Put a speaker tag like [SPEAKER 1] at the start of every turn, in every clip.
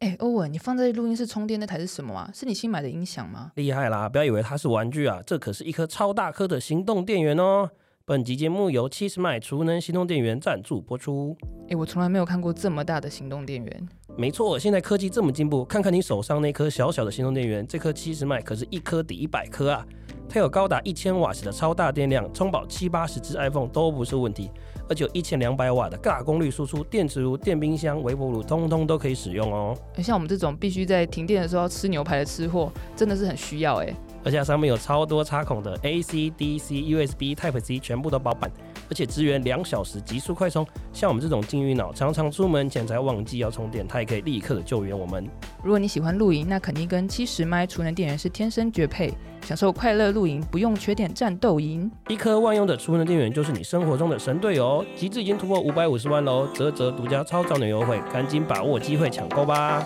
[SPEAKER 1] 哎，欧文，你放在录音室充电那台是什么啊？是你新买的音响吗？
[SPEAKER 2] 厉害啦！不要以为它是玩具啊，这可是一颗超大颗的行动电源哦。本集节目由七十迈储能行动电源赞助播出。
[SPEAKER 1] 哎，我从来没有看过这么大的行动电源。
[SPEAKER 2] 没错，现在科技这么进步，看看你手上那颗小小的行动电源，这颗七十迈可是一颗抵一百颗啊！它有高达一千瓦时的超大电量，充饱七八十只 iPhone 都不是问题，而且有一千两百瓦的大功率输出，电磁炉、电冰箱、微波炉通通都可以使用哦。
[SPEAKER 1] 哎，像我们这种必须在停电的时候要吃牛排的吃货，真的是很需要哎。
[SPEAKER 2] 而且它上面有超多插孔的 AC、DC、USB、Type C，全部都包办，而且支援两小时极速快充。像我们这种禁欲脑，常常出门前才忘记要充电，它也可以立刻的救援我们。
[SPEAKER 1] 如果你喜欢露营，那肯定跟七十迈储能电源是天生绝配，享受快乐露营，不用缺电战斗营。
[SPEAKER 2] 一颗万用的储能电源就是你生活中的神队友哦，极致已经突破五百五十万喽！泽泽独家超早鸟优惠，赶紧把握机会抢购吧！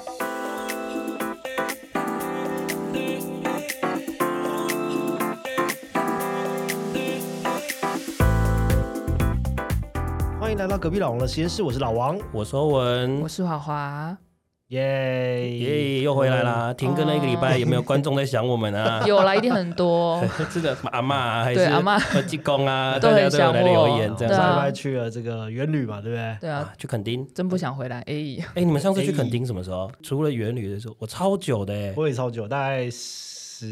[SPEAKER 3] 欢迎来到隔壁老王的实验室，我是老王，
[SPEAKER 2] 我是欧文
[SPEAKER 1] 我，是华 华，
[SPEAKER 3] 耶
[SPEAKER 2] 耶，又回来啦！停更了一个礼拜，有没有观众在想我们啊？
[SPEAKER 1] 有啦，一定很多。
[SPEAKER 2] 真的，阿妈、啊、 还是
[SPEAKER 1] 对阿嬷
[SPEAKER 2] 呃济公啊，
[SPEAKER 1] 都
[SPEAKER 2] 大
[SPEAKER 1] 很
[SPEAKER 2] 家都有来
[SPEAKER 1] 想我
[SPEAKER 2] 留言这样子
[SPEAKER 3] 上
[SPEAKER 1] 对啊
[SPEAKER 3] 礼拜去了这个元旅嘛，对不对？
[SPEAKER 1] 对啊，
[SPEAKER 2] 啊，去垦丁。
[SPEAKER 1] 真不想回来。哎，
[SPEAKER 2] 哎、你们上次去垦丁什么时候？除了元旅的时候，我超久的哎、
[SPEAKER 3] 我也超久，大概十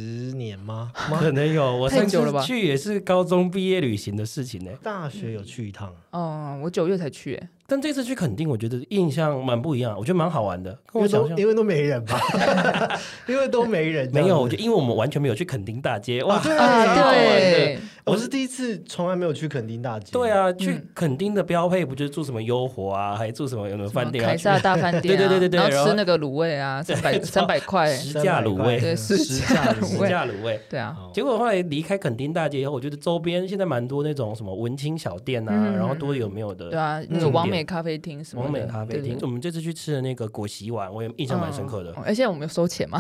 [SPEAKER 3] 年吗？
[SPEAKER 2] 可能有。我
[SPEAKER 1] 太
[SPEAKER 2] 上
[SPEAKER 1] 久了吧
[SPEAKER 2] 次去也是高中毕业旅行的事情呢、欸
[SPEAKER 3] 大学有去一趟，
[SPEAKER 1] 哦，我九月才去哎。
[SPEAKER 2] 但这次去垦丁，我觉得印象蛮不一样，我觉得蛮好玩的，跟
[SPEAKER 3] 因
[SPEAKER 2] 我
[SPEAKER 3] 为
[SPEAKER 2] 想
[SPEAKER 3] 都
[SPEAKER 2] 象
[SPEAKER 3] 因为都没人吧， 因为都没人，
[SPEAKER 2] 没有。我觉
[SPEAKER 3] 这样子
[SPEAKER 2] 得因为我们完全没有去垦丁大街，哇，
[SPEAKER 3] 哦对
[SPEAKER 1] 啊，
[SPEAKER 3] 超好玩的
[SPEAKER 1] 对，
[SPEAKER 3] 我是第一次，从来没有去垦丁大街。
[SPEAKER 2] 对，啊，去
[SPEAKER 1] 嗯
[SPEAKER 2] 垦丁的标配不就是住什么优活啊，还住什么有没有饭
[SPEAKER 1] 什么
[SPEAKER 2] 店啊？
[SPEAKER 1] 凯撒大饭店啊，
[SPEAKER 2] 对对对对对
[SPEAKER 1] 然
[SPEAKER 2] 然
[SPEAKER 1] 后
[SPEAKER 2] 后
[SPEAKER 1] 吃那个卤味啊，三 百三百块，
[SPEAKER 2] 十架卤味
[SPEAKER 1] 对十架卤
[SPEAKER 2] 去
[SPEAKER 1] 味
[SPEAKER 2] 自驾卤味。
[SPEAKER 1] 对啊，
[SPEAKER 3] 哦
[SPEAKER 2] 结果后来离开垦丁大街以后，我觉得周边现在蛮多那种什么文青小店啊，
[SPEAKER 1] 嗯
[SPEAKER 2] 然后多有没有的嗯
[SPEAKER 1] 对啊，那个
[SPEAKER 2] 重点
[SPEAKER 1] 完美咖啡厅什么的，
[SPEAKER 2] 王美咖啡
[SPEAKER 1] 对
[SPEAKER 2] 厅，，我们这次去吃的那个果昔碗，我也印象蛮深刻的
[SPEAKER 1] 嗯。而且我们有收钱嘛，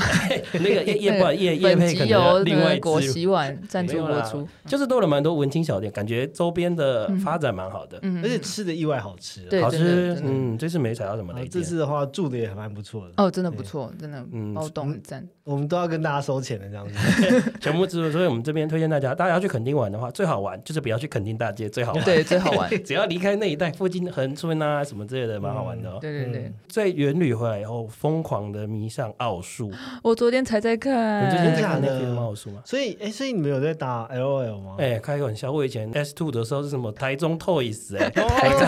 [SPEAKER 2] 那个夜夜不夜 夜
[SPEAKER 1] 本
[SPEAKER 2] 配可
[SPEAKER 1] 集
[SPEAKER 2] 能有
[SPEAKER 1] 由
[SPEAKER 2] 另
[SPEAKER 1] 那
[SPEAKER 2] 外
[SPEAKER 1] 个果
[SPEAKER 2] 一支，
[SPEAKER 1] 洗碗赞助播
[SPEAKER 2] 没有
[SPEAKER 1] 出
[SPEAKER 2] 啦，就是多了蛮多文青小店，感觉周边的发展蛮好的，
[SPEAKER 1] 嗯，
[SPEAKER 3] 而且吃的意外好吃啊。
[SPEAKER 1] 对
[SPEAKER 2] 好
[SPEAKER 1] 真的
[SPEAKER 2] 吃。
[SPEAKER 1] 真的
[SPEAKER 2] 嗯，这次没啊踩到什么
[SPEAKER 3] 然后
[SPEAKER 2] 雷
[SPEAKER 3] 这
[SPEAKER 2] 点。
[SPEAKER 3] 次的话住的也还蛮不错的，
[SPEAKER 1] 哦，真的不错，真的
[SPEAKER 2] 嗯
[SPEAKER 1] 包栋很赞，
[SPEAKER 3] 我们都要跟大家收钱的这样子。
[SPEAKER 2] 全部吃，所以我们这边推荐大家，大家要去垦丁玩的话，最好玩就是不要去垦丁大街，最好玩。
[SPEAKER 1] 对，最好 玩，
[SPEAKER 2] 只要离开那一带，附近横村啊什么之类的，蛮好玩的、哦。
[SPEAKER 1] 对对对，
[SPEAKER 2] 在元旅回来以后，疯狂的迷上奥数。你
[SPEAKER 1] 我昨天才在
[SPEAKER 2] 们最近 在
[SPEAKER 1] 看，
[SPEAKER 2] 看那
[SPEAKER 3] 假
[SPEAKER 2] 个
[SPEAKER 3] 的
[SPEAKER 2] 奥数吗？
[SPEAKER 3] 所以，哎，所以你们有在打 L O L 吗？
[SPEAKER 2] 哎、开个玩笑，我以前 S two 的时候是什么台中 Toys 哎、
[SPEAKER 1] 台
[SPEAKER 3] 哦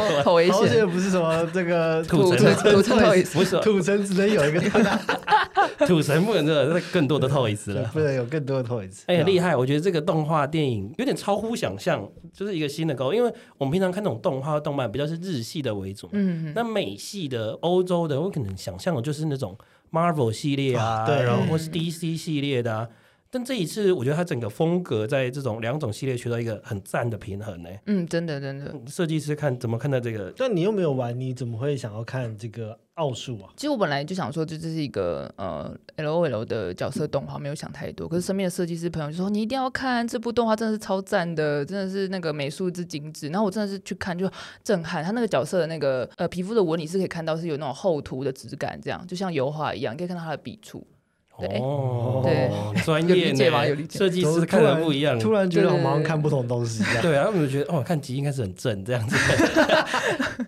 [SPEAKER 1] 中好危
[SPEAKER 3] 好
[SPEAKER 1] 险，
[SPEAKER 3] 险不是什么这个
[SPEAKER 1] 土
[SPEAKER 2] 土城
[SPEAKER 1] 土城头也是
[SPEAKER 2] 不是
[SPEAKER 3] 土城只能有一个大大，
[SPEAKER 2] 土城不能这个，更多的 Toys 了。
[SPEAKER 3] 不能有更多的 toys。
[SPEAKER 2] 哎、很厉害！我觉得这个动画电影有点超乎想象，就是一个新的高度。因为我们平常看那种动画、动漫，比较是日系的为主嘛。
[SPEAKER 1] 嗯，
[SPEAKER 2] 那美系的、欧洲的，我可能想象的就是那种 Marvel 系列啊，
[SPEAKER 3] 啊对
[SPEAKER 2] 然后或
[SPEAKER 1] 嗯
[SPEAKER 2] 是 DC 系列的啊。但这一次，我觉得它整个风格在这种两种系列取到一个很赞的平衡呢、
[SPEAKER 1] 嗯，真的真的。
[SPEAKER 2] 设计师看怎么看待这个？
[SPEAKER 3] 但你又没有玩，你怎么会想要看这个奥数啊？
[SPEAKER 1] 其实我本来就想说，这这是一个呃 L O L 的角色动画，没有想太多。可是身边的设计师朋友就说，你一定要看这部动画，真的是超赞的，真的是那个美术之精致。然后我真的是去看，就震撼。他那个角色的那个呃皮肤的纹理是可以看到是有那种厚涂的质感，这样就像油画一样，你可以看到他的笔触。对
[SPEAKER 2] 哦，
[SPEAKER 1] 对
[SPEAKER 2] 专
[SPEAKER 1] 有
[SPEAKER 2] 业
[SPEAKER 1] 理解吧有理
[SPEAKER 2] 呢，
[SPEAKER 1] 解
[SPEAKER 2] 设计师看的不一样。
[SPEAKER 3] 突然觉得
[SPEAKER 1] 对
[SPEAKER 3] 我
[SPEAKER 1] 对
[SPEAKER 3] 们好像
[SPEAKER 1] 对
[SPEAKER 3] 看不同东西一样。
[SPEAKER 2] 对啊，他们就觉得哦，看集应该是很正这样子。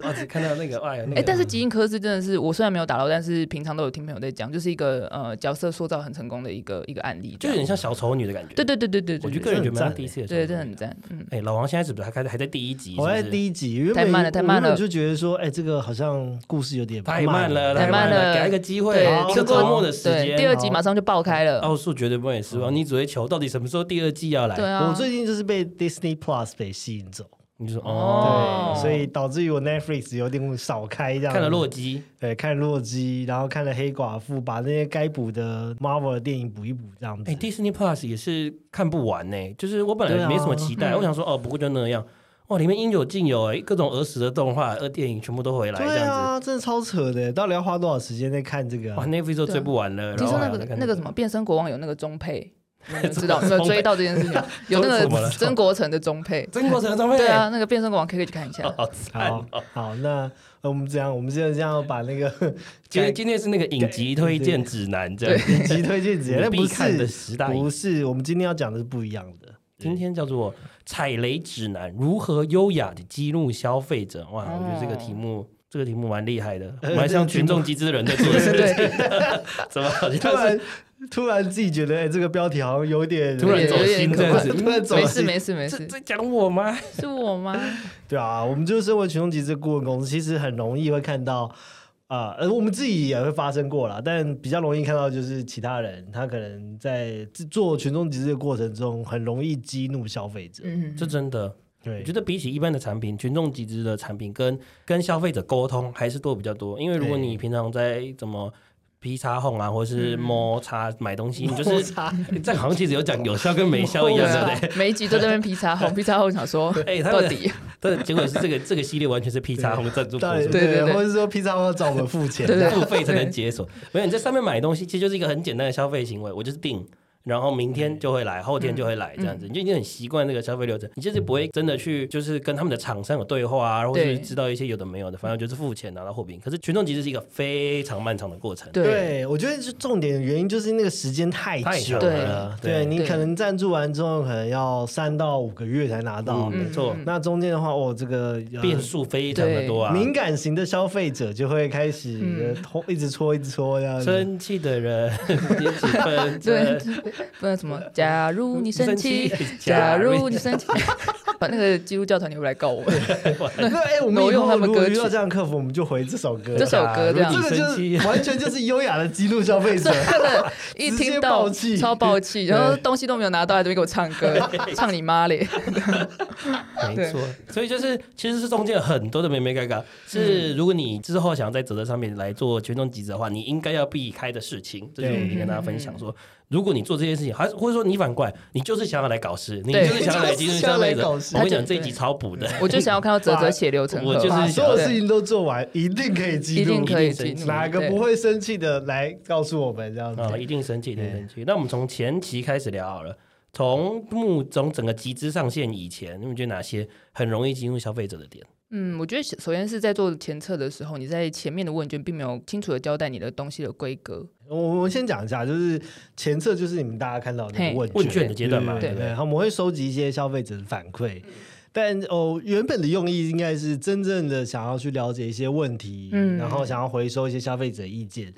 [SPEAKER 2] 我只看到那个，哎呀，那
[SPEAKER 1] 哎、
[SPEAKER 2] 个
[SPEAKER 1] 但是极印科是真的是，我虽然没有打到，但是平常都有听朋友在讲，就是一个呃角色塑造很成功的一个一个案例这
[SPEAKER 2] 就有
[SPEAKER 1] 样。
[SPEAKER 2] 点像小丑女的感觉。
[SPEAKER 1] 对对对对对
[SPEAKER 2] 我
[SPEAKER 1] 对
[SPEAKER 2] 就
[SPEAKER 1] 对，
[SPEAKER 2] 个人觉得蛮像
[SPEAKER 3] 对
[SPEAKER 2] DC 的。
[SPEAKER 1] 对，这很。赞，嗯。
[SPEAKER 2] 哎，老王现在是不是还开还在第一集？
[SPEAKER 3] 我在
[SPEAKER 2] 是不是
[SPEAKER 3] 第一集，原
[SPEAKER 1] 太
[SPEAKER 3] 本
[SPEAKER 1] 慢了
[SPEAKER 3] 我
[SPEAKER 1] 太慢了
[SPEAKER 3] 原本就觉得说，哎，这个好像故事有点
[SPEAKER 2] 太慢了，
[SPEAKER 1] 太慢
[SPEAKER 2] 慢
[SPEAKER 1] 了
[SPEAKER 2] 给他一个机会，
[SPEAKER 1] 对
[SPEAKER 2] 一个
[SPEAKER 1] 这个
[SPEAKER 2] 周末的时
[SPEAKER 1] 对，第
[SPEAKER 2] 间。
[SPEAKER 1] 二集马上就爆开了。
[SPEAKER 2] 奥数绝对不会失望，你只会求到底什么时候第二季要来
[SPEAKER 1] 对？啊，
[SPEAKER 3] 我最近就是被 Disney Plus 被吸引走，
[SPEAKER 2] 你就说
[SPEAKER 1] 哦
[SPEAKER 2] 哦，
[SPEAKER 3] 对，所以导致于我 Netflix 有点少开这样。
[SPEAKER 2] 看了洛基，
[SPEAKER 3] 对，看洛基，然后看了黑寡妇，把那些该补的 Marvel 的电影补一补这样子。
[SPEAKER 2] 哎，Disney Plus 也是看不完呢。就是我本
[SPEAKER 3] 对
[SPEAKER 2] 来
[SPEAKER 3] 啊
[SPEAKER 2] 没什么期待，
[SPEAKER 1] 嗯
[SPEAKER 2] 我想说哦，不过就那样。哇，里面应有尽有哎，各种儿时的动画、呃电影全部都回来这
[SPEAKER 3] 对
[SPEAKER 2] 样子。
[SPEAKER 3] 啊，真的超扯的，到底要花多少时间在看这个啊、
[SPEAKER 2] 哇，Netflix 都追不完了，
[SPEAKER 1] 听
[SPEAKER 2] 然后
[SPEAKER 1] 说那
[SPEAKER 2] 还要
[SPEAKER 1] 个
[SPEAKER 2] 再 看
[SPEAKER 1] 那个什么变身国王有那个中配，你们知道有没有追到这件事情？有那
[SPEAKER 2] 怎么
[SPEAKER 1] 个
[SPEAKER 2] 了
[SPEAKER 1] 曾国成的中配，
[SPEAKER 2] 曾国成的照片，
[SPEAKER 1] 对啊，那个变身国王可以去看一下。
[SPEAKER 2] 好惨
[SPEAKER 3] 好
[SPEAKER 2] 哦。
[SPEAKER 3] 好，那呃我们这样，我们现在这样把那个
[SPEAKER 2] 今
[SPEAKER 3] 啊
[SPEAKER 2] 天今天是那个影集推荐指南，这样
[SPEAKER 3] 影集推荐直接，
[SPEAKER 2] 你
[SPEAKER 3] 那
[SPEAKER 2] 必
[SPEAKER 3] 不
[SPEAKER 2] 看的
[SPEAKER 3] 是
[SPEAKER 2] 十大影
[SPEAKER 3] 不
[SPEAKER 2] 集。
[SPEAKER 3] 是，我们今天要讲的是不一样的。
[SPEAKER 2] 今天叫做《踩雷指南：如何优雅的激怒消费者》。哇，
[SPEAKER 1] 嗯
[SPEAKER 2] 我觉得这个题目，这个题目蛮厉害 的，
[SPEAKER 3] 呃
[SPEAKER 2] 我蛮像群众集资人在 做的事情。
[SPEAKER 1] 对，
[SPEAKER 2] 怎么好
[SPEAKER 3] 突
[SPEAKER 2] 像是
[SPEAKER 3] 然突然自己觉得，哎，这个标题好像有点
[SPEAKER 2] 突然走心这样子？
[SPEAKER 3] 突然走
[SPEAKER 1] 没事
[SPEAKER 3] 心。
[SPEAKER 1] 没事没
[SPEAKER 2] 这
[SPEAKER 1] 事，
[SPEAKER 2] 这讲我吗？
[SPEAKER 1] 是我吗？
[SPEAKER 3] 对啊，我们就是身为群众集资顾问公司，其实很容易会看到。啊，呃，我们自己也会发生过啦，但比较容易看到就是其他人，他可能在制做群众集资的过程中，很容易激怒消费者。
[SPEAKER 1] 嗯，
[SPEAKER 2] 这真的，
[SPEAKER 3] 对
[SPEAKER 2] 我觉，得比起一般的产品，群众集资的产品跟跟消费者沟通还是多比较多。因为如果
[SPEAKER 3] 对
[SPEAKER 2] 你平常在怎么 P 叉 Home 啊，或是
[SPEAKER 1] 嗯
[SPEAKER 2] 摸叉买东西，你就
[SPEAKER 3] 摩
[SPEAKER 2] 是
[SPEAKER 3] 擦
[SPEAKER 2] 这好像其实有讲有效跟没效一
[SPEAKER 1] 对
[SPEAKER 2] 样，对不
[SPEAKER 1] 啊
[SPEAKER 2] 对？，
[SPEAKER 1] 每一集都在那边劈叉 后，劈叉后想说
[SPEAKER 2] 哎 他
[SPEAKER 1] 到
[SPEAKER 2] 们
[SPEAKER 1] 底，
[SPEAKER 2] 但结果是这个这个系列完全是 P 叉 Home 赞助播
[SPEAKER 3] 对
[SPEAKER 2] 出。
[SPEAKER 1] 对对对
[SPEAKER 3] 或者说披萨要找我们付 钱，
[SPEAKER 1] 对对
[SPEAKER 2] 付费才能解锁。没有你在上面买东西，其实就是一个很简单的消费行为，我就是订。然后明
[SPEAKER 1] 嗯
[SPEAKER 2] 天就会来，后天就会来，这样子、你就已经很习惯这个消费流程，你就是不会真的去就是跟他们的厂商有对话啊，或者
[SPEAKER 1] 对
[SPEAKER 2] 是知道一些有的没有的，反正就是付钱拿到货品。可是群众集资是一个非常漫长的过程，
[SPEAKER 1] 对
[SPEAKER 3] 对，我觉得就重点的原因就是那个时间太
[SPEAKER 2] 太长
[SPEAKER 3] 久
[SPEAKER 1] 对
[SPEAKER 2] 了。
[SPEAKER 3] 对你
[SPEAKER 1] 对
[SPEAKER 3] 可能赞助完之后，可能要三到五个月才拿到。
[SPEAKER 2] 嗯没错，
[SPEAKER 1] 嗯
[SPEAKER 3] 那中间的话，我、这个、呃
[SPEAKER 2] 变数非常的多啊。
[SPEAKER 3] 敏感型的消费者就会开始
[SPEAKER 1] 嗯
[SPEAKER 3] 拖、一直戳，一直戳这样子。
[SPEAKER 2] 生气的人 引起纷
[SPEAKER 1] 对
[SPEAKER 2] 争，，
[SPEAKER 1] 不然什么？假如 你生气
[SPEAKER 2] 生气，
[SPEAKER 1] 假如你生气，把那个基督教团体会来告我们。
[SPEAKER 3] 那哎、我们
[SPEAKER 1] 挪
[SPEAKER 3] 以
[SPEAKER 1] 用
[SPEAKER 3] 后
[SPEAKER 1] 他们
[SPEAKER 3] 如果
[SPEAKER 1] 歌
[SPEAKER 3] 遇到
[SPEAKER 1] 曲
[SPEAKER 3] 这样的客服，我们就回这首歌。
[SPEAKER 1] 这首歌这样
[SPEAKER 3] 这
[SPEAKER 2] 你
[SPEAKER 3] 个
[SPEAKER 2] 生气
[SPEAKER 3] 就，是完全就是优雅的激怒消 费者。
[SPEAKER 1] 真的，一
[SPEAKER 3] 直接
[SPEAKER 1] 听到
[SPEAKER 3] 爆气
[SPEAKER 1] 超爆气，然后东西都没有拿到，还在那边给我唱歌， 唱你妈嘞！
[SPEAKER 2] 没错，所以就是其实是中间有很多的美美嘎嘎，是如果你之后想要在泽泽上面来做群众集资的话，你应该要避开的事情。这就是我们跟大家分享说，如果你做这件事情，还是或者说你反过来，你就是想要来搞事，你
[SPEAKER 1] 对
[SPEAKER 2] 就是想要来激怒消费
[SPEAKER 3] 就是想要来
[SPEAKER 2] 者。
[SPEAKER 3] 搞
[SPEAKER 2] 我
[SPEAKER 3] 事
[SPEAKER 2] 跟你讲，这一集超补的，
[SPEAKER 1] 我就想要看到泽泽血流成河
[SPEAKER 2] 我，就是
[SPEAKER 3] 把所有
[SPEAKER 2] 想
[SPEAKER 3] 事情都做完，一定可以激
[SPEAKER 1] 一
[SPEAKER 3] 怒，
[SPEAKER 1] 定可以
[SPEAKER 2] 一定
[SPEAKER 1] 激怒
[SPEAKER 3] 哪个不？会生气的来告诉我们这样子。
[SPEAKER 2] 啊，一定生气，一定生气。那我们从前期开始聊好了。从目从整个集资上线以前，你们觉得哪些很容易激怒消费者的点？
[SPEAKER 1] 嗯，我觉得首先是在做前测的时候，你在前面的问卷并没有清楚的交代你的东西的规格，
[SPEAKER 3] 我我们先讲一下，就是前测就是你们大家看到的那
[SPEAKER 1] 嘿
[SPEAKER 3] 个问
[SPEAKER 2] 问卷的阶段嘛，
[SPEAKER 3] 对
[SPEAKER 2] 对
[SPEAKER 3] 对
[SPEAKER 2] 不
[SPEAKER 3] 对，
[SPEAKER 2] 对？
[SPEAKER 3] 我们会收集一些消费者的反馈。但哦，原本的用意应该是真正的想要去了解一些问题，
[SPEAKER 1] 嗯
[SPEAKER 3] 然后想要回收一些消费者意见。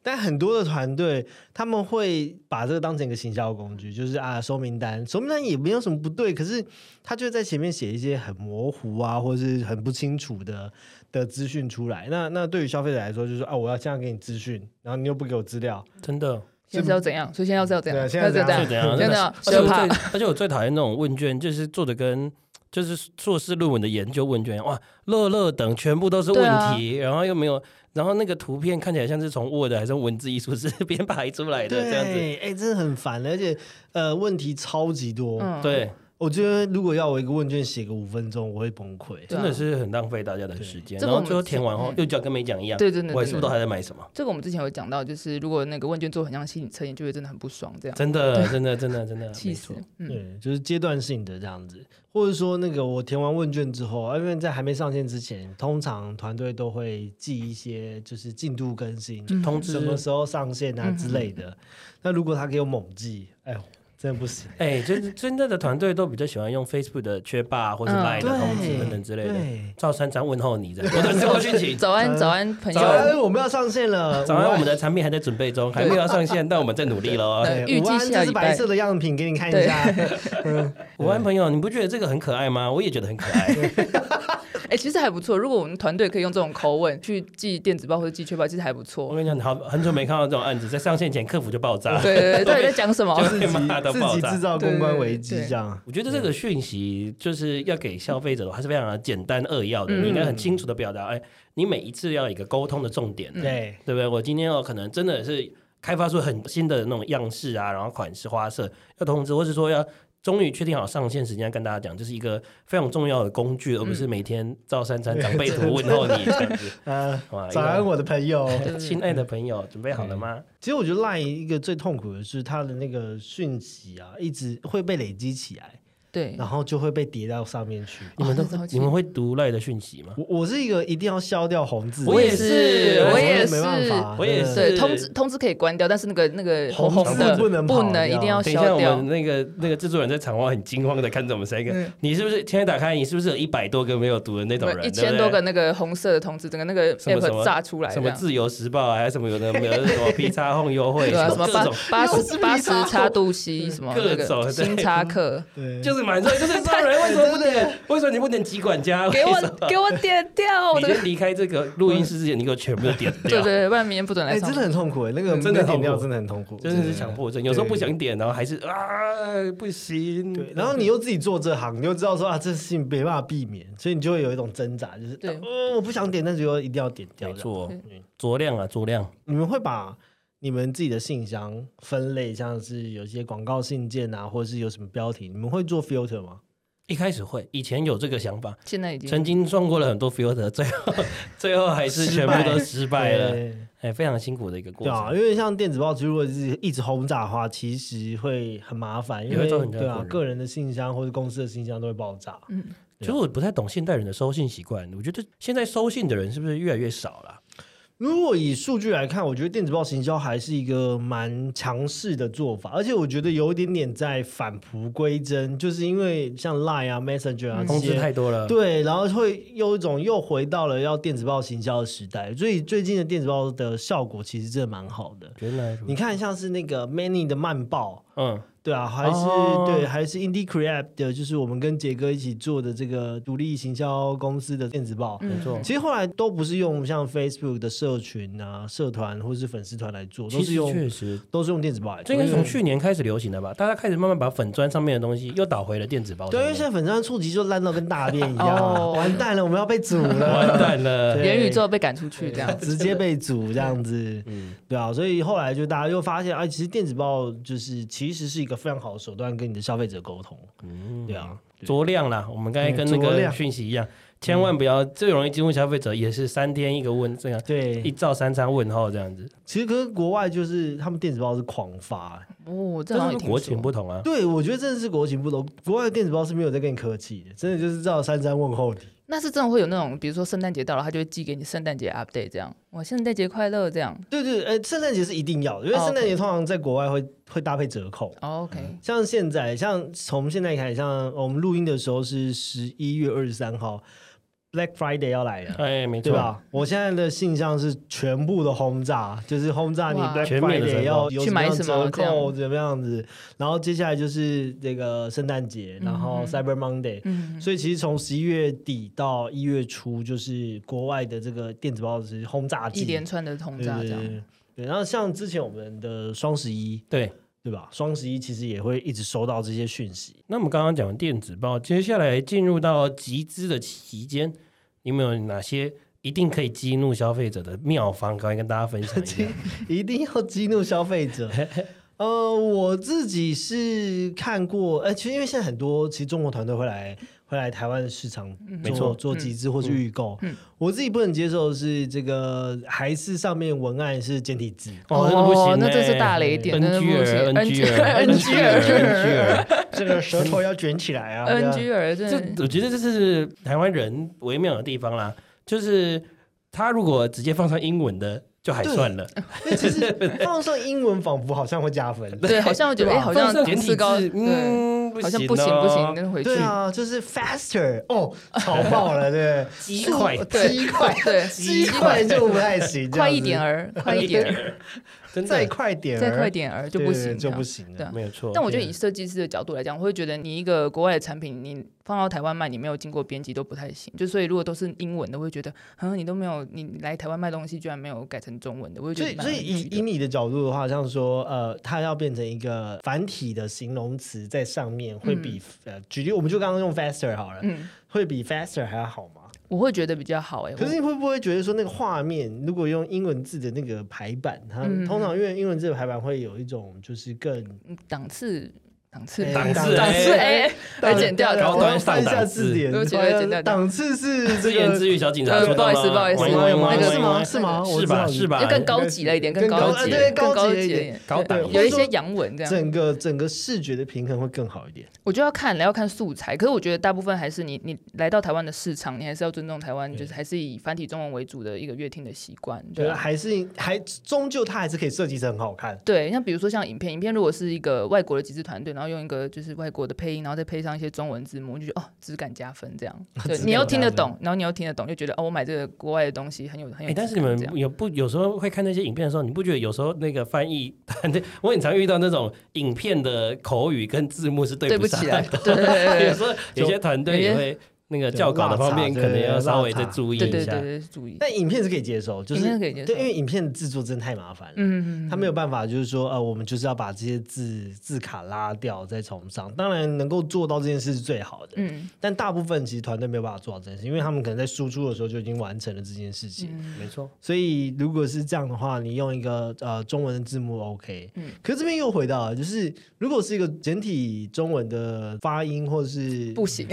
[SPEAKER 3] 但很多的团队他们会把这个当成一个行销工具，就是啊，收名单，收名单也没有什么不对，可是他就在前面写一些很模糊啊，或是很不清楚的的资讯出来。那那对于消费者来说，就是啊，我要这样给你资讯，然后你又不给我资料，
[SPEAKER 2] 真的，
[SPEAKER 1] 现在是要怎样？所以现在要是要怎
[SPEAKER 3] 对啊
[SPEAKER 1] 样？
[SPEAKER 3] 现在
[SPEAKER 1] 要是要
[SPEAKER 3] 怎
[SPEAKER 1] 怎
[SPEAKER 3] 样
[SPEAKER 2] 是怎样？
[SPEAKER 1] 真的
[SPEAKER 2] 而且我
[SPEAKER 1] 可怕
[SPEAKER 2] 最而且我最讨厌那种问卷，就是做的跟就是硕士论文的研究问卷，哇，乐乐等全部都是
[SPEAKER 1] 啊
[SPEAKER 2] 问题，然后又没有，然后那个图片看起来像是从 Word 还是文字艺术是 编排出来的
[SPEAKER 3] 对，
[SPEAKER 2] 这样子，
[SPEAKER 3] 哎、真的很烦，而且呃，问题超级多。
[SPEAKER 1] 嗯，
[SPEAKER 2] 对，
[SPEAKER 3] 我觉得如果要我一个问卷写个五分钟，我会崩溃。
[SPEAKER 1] 对
[SPEAKER 2] 真
[SPEAKER 1] 啊
[SPEAKER 2] 的是很浪费大家的时间。
[SPEAKER 1] 这
[SPEAKER 2] 然
[SPEAKER 1] 个我
[SPEAKER 2] 后
[SPEAKER 1] 们
[SPEAKER 2] 最后填完后
[SPEAKER 1] 嗯
[SPEAKER 2] 又讲跟没讲一样，
[SPEAKER 1] 对真的
[SPEAKER 2] 我还是
[SPEAKER 1] 真
[SPEAKER 2] 不
[SPEAKER 1] 的
[SPEAKER 2] 知道还在买什么。
[SPEAKER 1] 这个我们之前有讲到，就是如果那个问卷做很像心理测验，就会真的很不爽，这样
[SPEAKER 2] 真的，真的，真的，真的，
[SPEAKER 1] 气
[SPEAKER 2] 没
[SPEAKER 1] 死
[SPEAKER 2] 错。。
[SPEAKER 1] 嗯，
[SPEAKER 3] 对，就是阶段性的这样子，或者说那个我填完问卷之后，因为在还没上线之前，通常团队都会寄一些就是进度更新，
[SPEAKER 1] 嗯
[SPEAKER 2] 通知
[SPEAKER 3] 什么时候上线啊
[SPEAKER 1] 嗯
[SPEAKER 3] 之类的。那如果他给我猛寄，哎呦，真的不行。
[SPEAKER 2] 哎、就是 真正的团队都比较喜欢用 Facebook 的缺霸或者
[SPEAKER 1] 嗯
[SPEAKER 2] Line 的通知
[SPEAKER 3] 对
[SPEAKER 2] 等等之类的
[SPEAKER 3] 对。
[SPEAKER 2] 赵珊珊问候你这样，我的生活心情。
[SPEAKER 1] 早安，早安，朋
[SPEAKER 3] 早
[SPEAKER 1] 友。
[SPEAKER 3] 安，我们要上线
[SPEAKER 1] 呃
[SPEAKER 3] 了。
[SPEAKER 2] 早安，
[SPEAKER 3] 午
[SPEAKER 2] 我们的产品还在准备中，还没有要上线，但我们在努力喽。
[SPEAKER 1] 对
[SPEAKER 3] 对
[SPEAKER 1] 预计
[SPEAKER 3] 午安
[SPEAKER 1] 下
[SPEAKER 3] 这是
[SPEAKER 1] 礼
[SPEAKER 3] 白
[SPEAKER 1] 拜
[SPEAKER 3] 色的样品，给你看一
[SPEAKER 1] 对
[SPEAKER 3] 下。
[SPEAKER 2] 午安，朋友，你不觉得这个很可爱吗？我也觉得很可 爱。
[SPEAKER 1] 哎，其实还不错。如果我们团队可以用这种口吻去寄电子报或者寄缺报，其实还不
[SPEAKER 2] 我
[SPEAKER 1] 错。
[SPEAKER 2] 跟你讲，你好，很久没看到这种案子，在上线前客服就爆炸。
[SPEAKER 1] 对 对对，到底在讲什么？
[SPEAKER 2] 就是
[SPEAKER 3] 自
[SPEAKER 2] 被骂到
[SPEAKER 3] 己自
[SPEAKER 2] 爆
[SPEAKER 3] 己
[SPEAKER 2] 炸
[SPEAKER 3] 制造公关危机
[SPEAKER 1] 对对对
[SPEAKER 3] 这样。
[SPEAKER 2] 我觉得这个讯息就是要给消费者的话，还是非常简单扼要的，
[SPEAKER 1] 嗯
[SPEAKER 2] 你应该很清楚的表达，哎，你每一次要有一个沟通的重
[SPEAKER 1] 嗯
[SPEAKER 2] 点，
[SPEAKER 3] 对，
[SPEAKER 2] 对不对？我今天哦，可能真的是开发出很新的那种样式啊，然后款式、花色要通知，或是说要终于确定好上线时间，跟大家讲，这是一个非常重要的工具，而不是每天照三餐长辈图问候你这样子。
[SPEAKER 3] 呃，
[SPEAKER 2] 嗯好吧
[SPEAKER 3] 早安，我的朋友。
[SPEAKER 2] 一个亲爱的朋友，准备好了吗？
[SPEAKER 3] 其实我觉得 LINE 一个最痛苦的是它的那个讯息啊，一直会被累积起来，
[SPEAKER 1] 对，
[SPEAKER 3] 然后就会被叠到上面去。
[SPEAKER 2] 啊你们都
[SPEAKER 1] 哦超级
[SPEAKER 2] 你们会读赖的讯息吗？
[SPEAKER 3] 我我是一个一定要消掉红字的人，
[SPEAKER 2] 我也是
[SPEAKER 1] 我也
[SPEAKER 3] 没办
[SPEAKER 1] 是
[SPEAKER 3] 法，
[SPEAKER 2] 我也
[SPEAKER 3] 真的
[SPEAKER 1] 对，
[SPEAKER 2] 是
[SPEAKER 1] 通知通知可以关掉，但是那个那个
[SPEAKER 3] 红
[SPEAKER 1] 红
[SPEAKER 3] 字
[SPEAKER 1] 的
[SPEAKER 3] 不能跑掉
[SPEAKER 1] 一定要
[SPEAKER 2] 等一下，
[SPEAKER 1] 消
[SPEAKER 2] 我
[SPEAKER 1] 掉
[SPEAKER 2] 们。那个那个制作人在场外很惊慌的看着我们三个，你是不是现在打开，你是不是有一百多个没有读的那种人？
[SPEAKER 1] 一
[SPEAKER 2] 对不
[SPEAKER 1] 千
[SPEAKER 2] 对
[SPEAKER 1] 多个那个红色的通知，整个那个
[SPEAKER 2] 什么什
[SPEAKER 1] app
[SPEAKER 2] 么
[SPEAKER 1] 炸出来，
[SPEAKER 2] 什么
[SPEAKER 1] 这样
[SPEAKER 2] 自由时报啊，还是什么有的没有的什么 P 叉控优惠，
[SPEAKER 1] 对啊，
[SPEAKER 2] 么
[SPEAKER 1] 什么嗯
[SPEAKER 2] 各
[SPEAKER 1] 八
[SPEAKER 2] 种，
[SPEAKER 1] 八
[SPEAKER 3] 又是
[SPEAKER 1] 十
[SPEAKER 3] 比
[SPEAKER 1] 八十
[SPEAKER 3] 较
[SPEAKER 1] 叉度 C 什么
[SPEAKER 2] 各
[SPEAKER 1] 那
[SPEAKER 2] 种嗯
[SPEAKER 1] 个
[SPEAKER 2] 对
[SPEAKER 1] 新叉 克，
[SPEAKER 3] 对，
[SPEAKER 2] 就是满座，就是这种人为什么不点？为什么你不点几管家？
[SPEAKER 1] 给
[SPEAKER 2] 为什么
[SPEAKER 1] 我给我点掉我
[SPEAKER 2] 你
[SPEAKER 1] 的，
[SPEAKER 2] 先离开这个录音室之前，你给我全部都点掉。
[SPEAKER 1] 对对对，不然明天不准来
[SPEAKER 3] 哎，
[SPEAKER 1] 上
[SPEAKER 3] 真的
[SPEAKER 1] 班。
[SPEAKER 3] 很痛苦哎，那个
[SPEAKER 2] 真的很痛苦
[SPEAKER 3] 被点掉真的很痛苦，
[SPEAKER 2] 真的是强迫症，有时候不想点，然后还是啊不行。
[SPEAKER 3] 对，然后你又自己做这行，你就知道说啊，这事情没办法避免，所以你就会有一种挣扎，就是
[SPEAKER 1] 对
[SPEAKER 3] 哦，我不想点，但是又一定要点掉
[SPEAKER 2] 没
[SPEAKER 3] 这样。
[SPEAKER 2] 错
[SPEAKER 1] 对，
[SPEAKER 2] 酌量啊酌量。
[SPEAKER 3] 你们会把你们自己的信箱分类，像是有些广告信件啊，或者是有什么标题，你们会做 filter 吗？
[SPEAKER 2] 一开始会，以前有这个想法，
[SPEAKER 1] 现在已经
[SPEAKER 2] 曾经撞过了很多 filter，最后 最后还是全部都失败了，
[SPEAKER 3] 对
[SPEAKER 2] 哎，非常辛苦的一个过
[SPEAKER 3] 对啊，
[SPEAKER 2] 程。
[SPEAKER 3] 因为像电子报纸如果是一直轰炸的话，其实会很麻烦，因
[SPEAKER 2] 也会
[SPEAKER 3] 为
[SPEAKER 2] 造成人家
[SPEAKER 3] 对啊，
[SPEAKER 2] 困扰
[SPEAKER 3] 个人的信箱或者公司的信箱都会爆炸。
[SPEAKER 2] 其实我不太懂现代人的收信习惯，我觉得现在收信的人是不是越来越少了？
[SPEAKER 3] 如果以数据来看，我觉得电子报行销还是一个蛮强势的做法，而且我觉得有一点点在返璞归真，就是因为像 Line 啊、Messenger 啊
[SPEAKER 1] 嗯
[SPEAKER 3] 这
[SPEAKER 2] 通知
[SPEAKER 3] 些。
[SPEAKER 2] 太多了，
[SPEAKER 3] 对，然后会有一种又回到了要电子报行销的时代，所以最近的电子报的效果其实真的蛮好的。
[SPEAKER 2] 原来如此
[SPEAKER 3] 你看，像是那个 Many 的慢报，
[SPEAKER 2] 嗯，
[SPEAKER 3] 对啊，还是、
[SPEAKER 2] 哦
[SPEAKER 3] 对，还是 Indie Create 的，就是我们跟杰哥一起做的这个独立行销公司的电子报。
[SPEAKER 2] 没错
[SPEAKER 1] 嗯，
[SPEAKER 3] 其实后来都不是用像 Facebook 的社群啊、社团或是粉丝团来做，都
[SPEAKER 2] 其
[SPEAKER 3] 是
[SPEAKER 2] 实
[SPEAKER 3] 用
[SPEAKER 2] 确实。
[SPEAKER 3] 都是用电子报来做。
[SPEAKER 2] 这应该
[SPEAKER 3] 因为
[SPEAKER 2] 从去年开始流行的吧？大家开始慢慢把粉砖上面的东西又导回了电子包
[SPEAKER 3] 对，
[SPEAKER 2] 上
[SPEAKER 3] 因为
[SPEAKER 2] 面
[SPEAKER 3] 现，在粉丝团触及就烂到跟大便一样啊，
[SPEAKER 1] 哦
[SPEAKER 3] 完蛋了，我们要被煮了，
[SPEAKER 2] 完蛋了。
[SPEAKER 3] 对
[SPEAKER 1] 元宇宙被赶出去这样。 嗯
[SPEAKER 3] 直接被煮这 样子，对啊，所以后来就大家又发现，哎，其实电子报就是其实是一个非常好的手段，跟你的消费者沟通，
[SPEAKER 1] 嗯
[SPEAKER 3] 对啊，
[SPEAKER 2] 酌量啦，我们刚才跟那
[SPEAKER 3] 嗯酌
[SPEAKER 2] 个
[SPEAKER 3] 量
[SPEAKER 2] 讯息一样，千万不要最容易进入消费者，也是三天一个问这样，
[SPEAKER 3] 对
[SPEAKER 2] 一，照三餐问候这样子，
[SPEAKER 3] 其实可是国外就是他们电子报是狂发、欸
[SPEAKER 1] 哦，这好像也
[SPEAKER 2] 这是
[SPEAKER 1] 听
[SPEAKER 2] 国
[SPEAKER 1] 说
[SPEAKER 2] 情不同啊。
[SPEAKER 3] 对我觉得真的是国情不同，国外的电子报是没有在跟你客气的，真的就是照三三问候你。
[SPEAKER 1] 那是真的会有那种，比如说圣诞节到了，他就会寄给你圣诞节 update 这样，哇，圣诞节快乐这样。
[SPEAKER 3] 对对，呃，圣诞节是一定要的，因为
[SPEAKER 1] 哦
[SPEAKER 3] 圣诞节
[SPEAKER 1] OK
[SPEAKER 3] 通常在国外会会搭配折扣。
[SPEAKER 1] 哦 OK，
[SPEAKER 3] 像现在，像从现在开始，像哦我们录音的时候是十一月二十三号，Black Friday 要来了，
[SPEAKER 2] 哎，没
[SPEAKER 3] 对
[SPEAKER 2] 错，
[SPEAKER 3] 吧？我现在的信箱是全部的轰炸，就是轰炸你
[SPEAKER 1] 哇
[SPEAKER 3] Black
[SPEAKER 2] 全面的折
[SPEAKER 3] Friday
[SPEAKER 2] 扣
[SPEAKER 3] 要有
[SPEAKER 1] 去买
[SPEAKER 3] 样
[SPEAKER 1] 什么
[SPEAKER 3] 折
[SPEAKER 1] 这样
[SPEAKER 3] 扣，怎么样子。然后接下来就是这个圣诞节，然后 Cyber Monday，
[SPEAKER 1] 嗯，
[SPEAKER 3] 所以其实从十一月底到一月初，就是国外的这个电子报是轰炸季，
[SPEAKER 1] 一连串的轰
[SPEAKER 3] 对
[SPEAKER 1] 炸
[SPEAKER 3] 对
[SPEAKER 1] 这样。
[SPEAKER 3] 对。对，然后像之前我们的双十一，
[SPEAKER 2] 对。
[SPEAKER 3] 对吧？双十一其实也会一直收到这些讯息。
[SPEAKER 2] 那我们刚刚讲电子报，接下来进入到集资的期间，你们有哪些一定可以激怒消费者的妙方？赶快跟大家分享一下。
[SPEAKER 3] 一定要激怒消费者。呃，我自己是看过，呃，其实因为现在很多其实中国团队会来会来台湾市场
[SPEAKER 2] 没
[SPEAKER 3] 做
[SPEAKER 2] 错
[SPEAKER 3] 做集资或是预购。
[SPEAKER 1] 嗯
[SPEAKER 3] 我自己不能接受的是这个还是上面文案是简体字，
[SPEAKER 2] 哦，真的不行、欸，
[SPEAKER 1] 那真是大雷点，真的
[SPEAKER 2] NG
[SPEAKER 1] 不行
[SPEAKER 2] 儿，NG 儿
[SPEAKER 1] NG 儿
[SPEAKER 2] 儿。
[SPEAKER 3] 这个舌头要卷起来啊这样
[SPEAKER 1] NG 儿，真的
[SPEAKER 2] 这我觉得这是台湾人微妙的地方啦，就是他如果直接放上英文的，就还算了。
[SPEAKER 3] 啊因为其实放上英文仿佛好像会加分。
[SPEAKER 1] 对，好像我觉得
[SPEAKER 2] 对吧
[SPEAKER 1] 哎，好像
[SPEAKER 2] 放上简体
[SPEAKER 1] 是高，
[SPEAKER 2] 字
[SPEAKER 1] 对，
[SPEAKER 2] 嗯，
[SPEAKER 1] 好像
[SPEAKER 2] 不
[SPEAKER 1] 不行不行，
[SPEAKER 2] 哦，
[SPEAKER 1] 跟回去
[SPEAKER 3] 对。啊，就是 faster 哦，吵爆了，对不
[SPEAKER 2] 鸡块
[SPEAKER 3] 对，
[SPEAKER 1] 对
[SPEAKER 3] 鸡块，
[SPEAKER 1] 对
[SPEAKER 3] 鸡块就不 太行，这样
[SPEAKER 1] 快
[SPEAKER 3] 子
[SPEAKER 1] 一点，儿，快一点儿，
[SPEAKER 2] 真
[SPEAKER 3] 再
[SPEAKER 2] 的
[SPEAKER 3] 快点儿，
[SPEAKER 1] 再快点儿就不
[SPEAKER 3] 对
[SPEAKER 1] 行，这
[SPEAKER 3] 就不
[SPEAKER 1] 样。
[SPEAKER 3] 行
[SPEAKER 1] 对
[SPEAKER 3] 了
[SPEAKER 1] 啊。
[SPEAKER 2] 没有错。
[SPEAKER 1] 但我觉得以设计师的角度来讲，我会觉得你一个国外的产品，你放到台湾卖，你没有经过编辑都不太行。就所以如果都是英文的，我会觉得，嗯，你都没有，你来台湾卖东西居然没有改成中文的，我会觉
[SPEAKER 3] 所
[SPEAKER 1] 得
[SPEAKER 3] 以，
[SPEAKER 1] 蛮
[SPEAKER 3] 所
[SPEAKER 1] 有
[SPEAKER 3] 以以
[SPEAKER 1] 趣
[SPEAKER 3] 以
[SPEAKER 1] 的。
[SPEAKER 3] 你的角度的话，像说，呃，它要变成一个繁体的形容词在上面，会比、呃，举例，我们就刚刚用 faster 好了，
[SPEAKER 1] 嗯，
[SPEAKER 3] 会比 faster 还要好吗？
[SPEAKER 1] 我会觉得比较好哎、
[SPEAKER 3] 可是
[SPEAKER 1] 我
[SPEAKER 3] 你会不会觉得说，那个画面如果用英文字的那个排版，它
[SPEAKER 1] 嗯
[SPEAKER 3] 通常因为英文字的排版会有一种就是更
[SPEAKER 1] 嗯档次档次
[SPEAKER 3] 哎
[SPEAKER 2] 档次
[SPEAKER 1] 档次哎
[SPEAKER 2] A
[SPEAKER 1] A，来剪掉哦
[SPEAKER 2] 然
[SPEAKER 1] 然
[SPEAKER 2] 后
[SPEAKER 1] 后
[SPEAKER 3] 我
[SPEAKER 2] 端
[SPEAKER 3] 要翻一下字典，
[SPEAKER 1] 对不起
[SPEAKER 3] 我要
[SPEAKER 1] 对不起对不起
[SPEAKER 3] 档次是
[SPEAKER 2] 自
[SPEAKER 3] 这
[SPEAKER 2] 言
[SPEAKER 3] 个
[SPEAKER 2] 自语小警察
[SPEAKER 1] 呃
[SPEAKER 2] 说到吗？
[SPEAKER 1] 不好意思不好意思
[SPEAKER 2] 喂喂喂
[SPEAKER 1] 那个
[SPEAKER 2] 喂
[SPEAKER 3] 是吗？是吗？我
[SPEAKER 2] 是
[SPEAKER 3] 知道
[SPEAKER 2] 吧？
[SPEAKER 3] 你
[SPEAKER 2] 是？吧？
[SPEAKER 1] 要更高级了一点，
[SPEAKER 3] 更
[SPEAKER 1] 高
[SPEAKER 2] 高
[SPEAKER 1] 级
[SPEAKER 2] 呃对，
[SPEAKER 1] 更
[SPEAKER 3] 高级
[SPEAKER 1] 级
[SPEAKER 3] 一
[SPEAKER 1] 一
[SPEAKER 3] 点
[SPEAKER 1] 点，
[SPEAKER 2] 高档
[SPEAKER 1] 有一些洋文这样。
[SPEAKER 3] 整个整个视觉的平衡会更好一点。
[SPEAKER 1] 我就要看了，要看素材。可是我觉得大部分还是你，你来到台湾的市场，你还是要尊重台湾，就是还是以繁体中文为主的一个乐听的习惯。对
[SPEAKER 3] 对，
[SPEAKER 1] 啊，
[SPEAKER 3] 还是还终究它还是可以设计成很好看。
[SPEAKER 1] 对，像比如说像影片，影片如果是一个外国的集资团队，然后用一个就是外国的配音，然后再配上一些中文字幕，你就觉得哦，质感加分这 样。对，
[SPEAKER 3] 质感
[SPEAKER 1] 你又
[SPEAKER 3] 加
[SPEAKER 1] 听得
[SPEAKER 3] 分
[SPEAKER 1] 懂，然后你又听得懂，就觉得哦，我买这个国外的东西很有很有
[SPEAKER 2] 哎、
[SPEAKER 1] 质感这样。
[SPEAKER 2] 啊但是你们有不有时候会看那些影片的时候，你不觉得有时候那个翻译，我很常遇到那种影片的口语跟字幕是对
[SPEAKER 1] 对
[SPEAKER 2] 不
[SPEAKER 1] 不
[SPEAKER 2] 上
[SPEAKER 1] 起啊
[SPEAKER 2] 的
[SPEAKER 1] 来，对对对对
[SPEAKER 2] 有时候有些团队也会那个教稿的方面，可能要稍微再 注意
[SPEAKER 1] 对
[SPEAKER 2] 一
[SPEAKER 1] 对
[SPEAKER 2] 下
[SPEAKER 1] 对。对，注意。
[SPEAKER 3] 但影片是可以接受，就
[SPEAKER 1] 影
[SPEAKER 3] 是
[SPEAKER 1] 片是可以接受
[SPEAKER 3] 对，因为影片的制作真的太麻烦了。
[SPEAKER 1] 嗯，嗯嗯
[SPEAKER 3] 他没有办法，就是说，呃，我们就是要把这些字字卡拉掉再重上。当然，能够做到这件事是最好的，
[SPEAKER 1] 嗯，
[SPEAKER 3] 但大部分其实团队没有办法做到这件事，因为他们可能在输出的时候就已经完成了这件事情。
[SPEAKER 2] 没错，
[SPEAKER 3] 所以，如果是这样的话，你用一个呃中文的字幕 OK，
[SPEAKER 1] 嗯
[SPEAKER 3] 可是这边又回到了，就是如果是一个简体中文的发音或者是
[SPEAKER 1] 不行，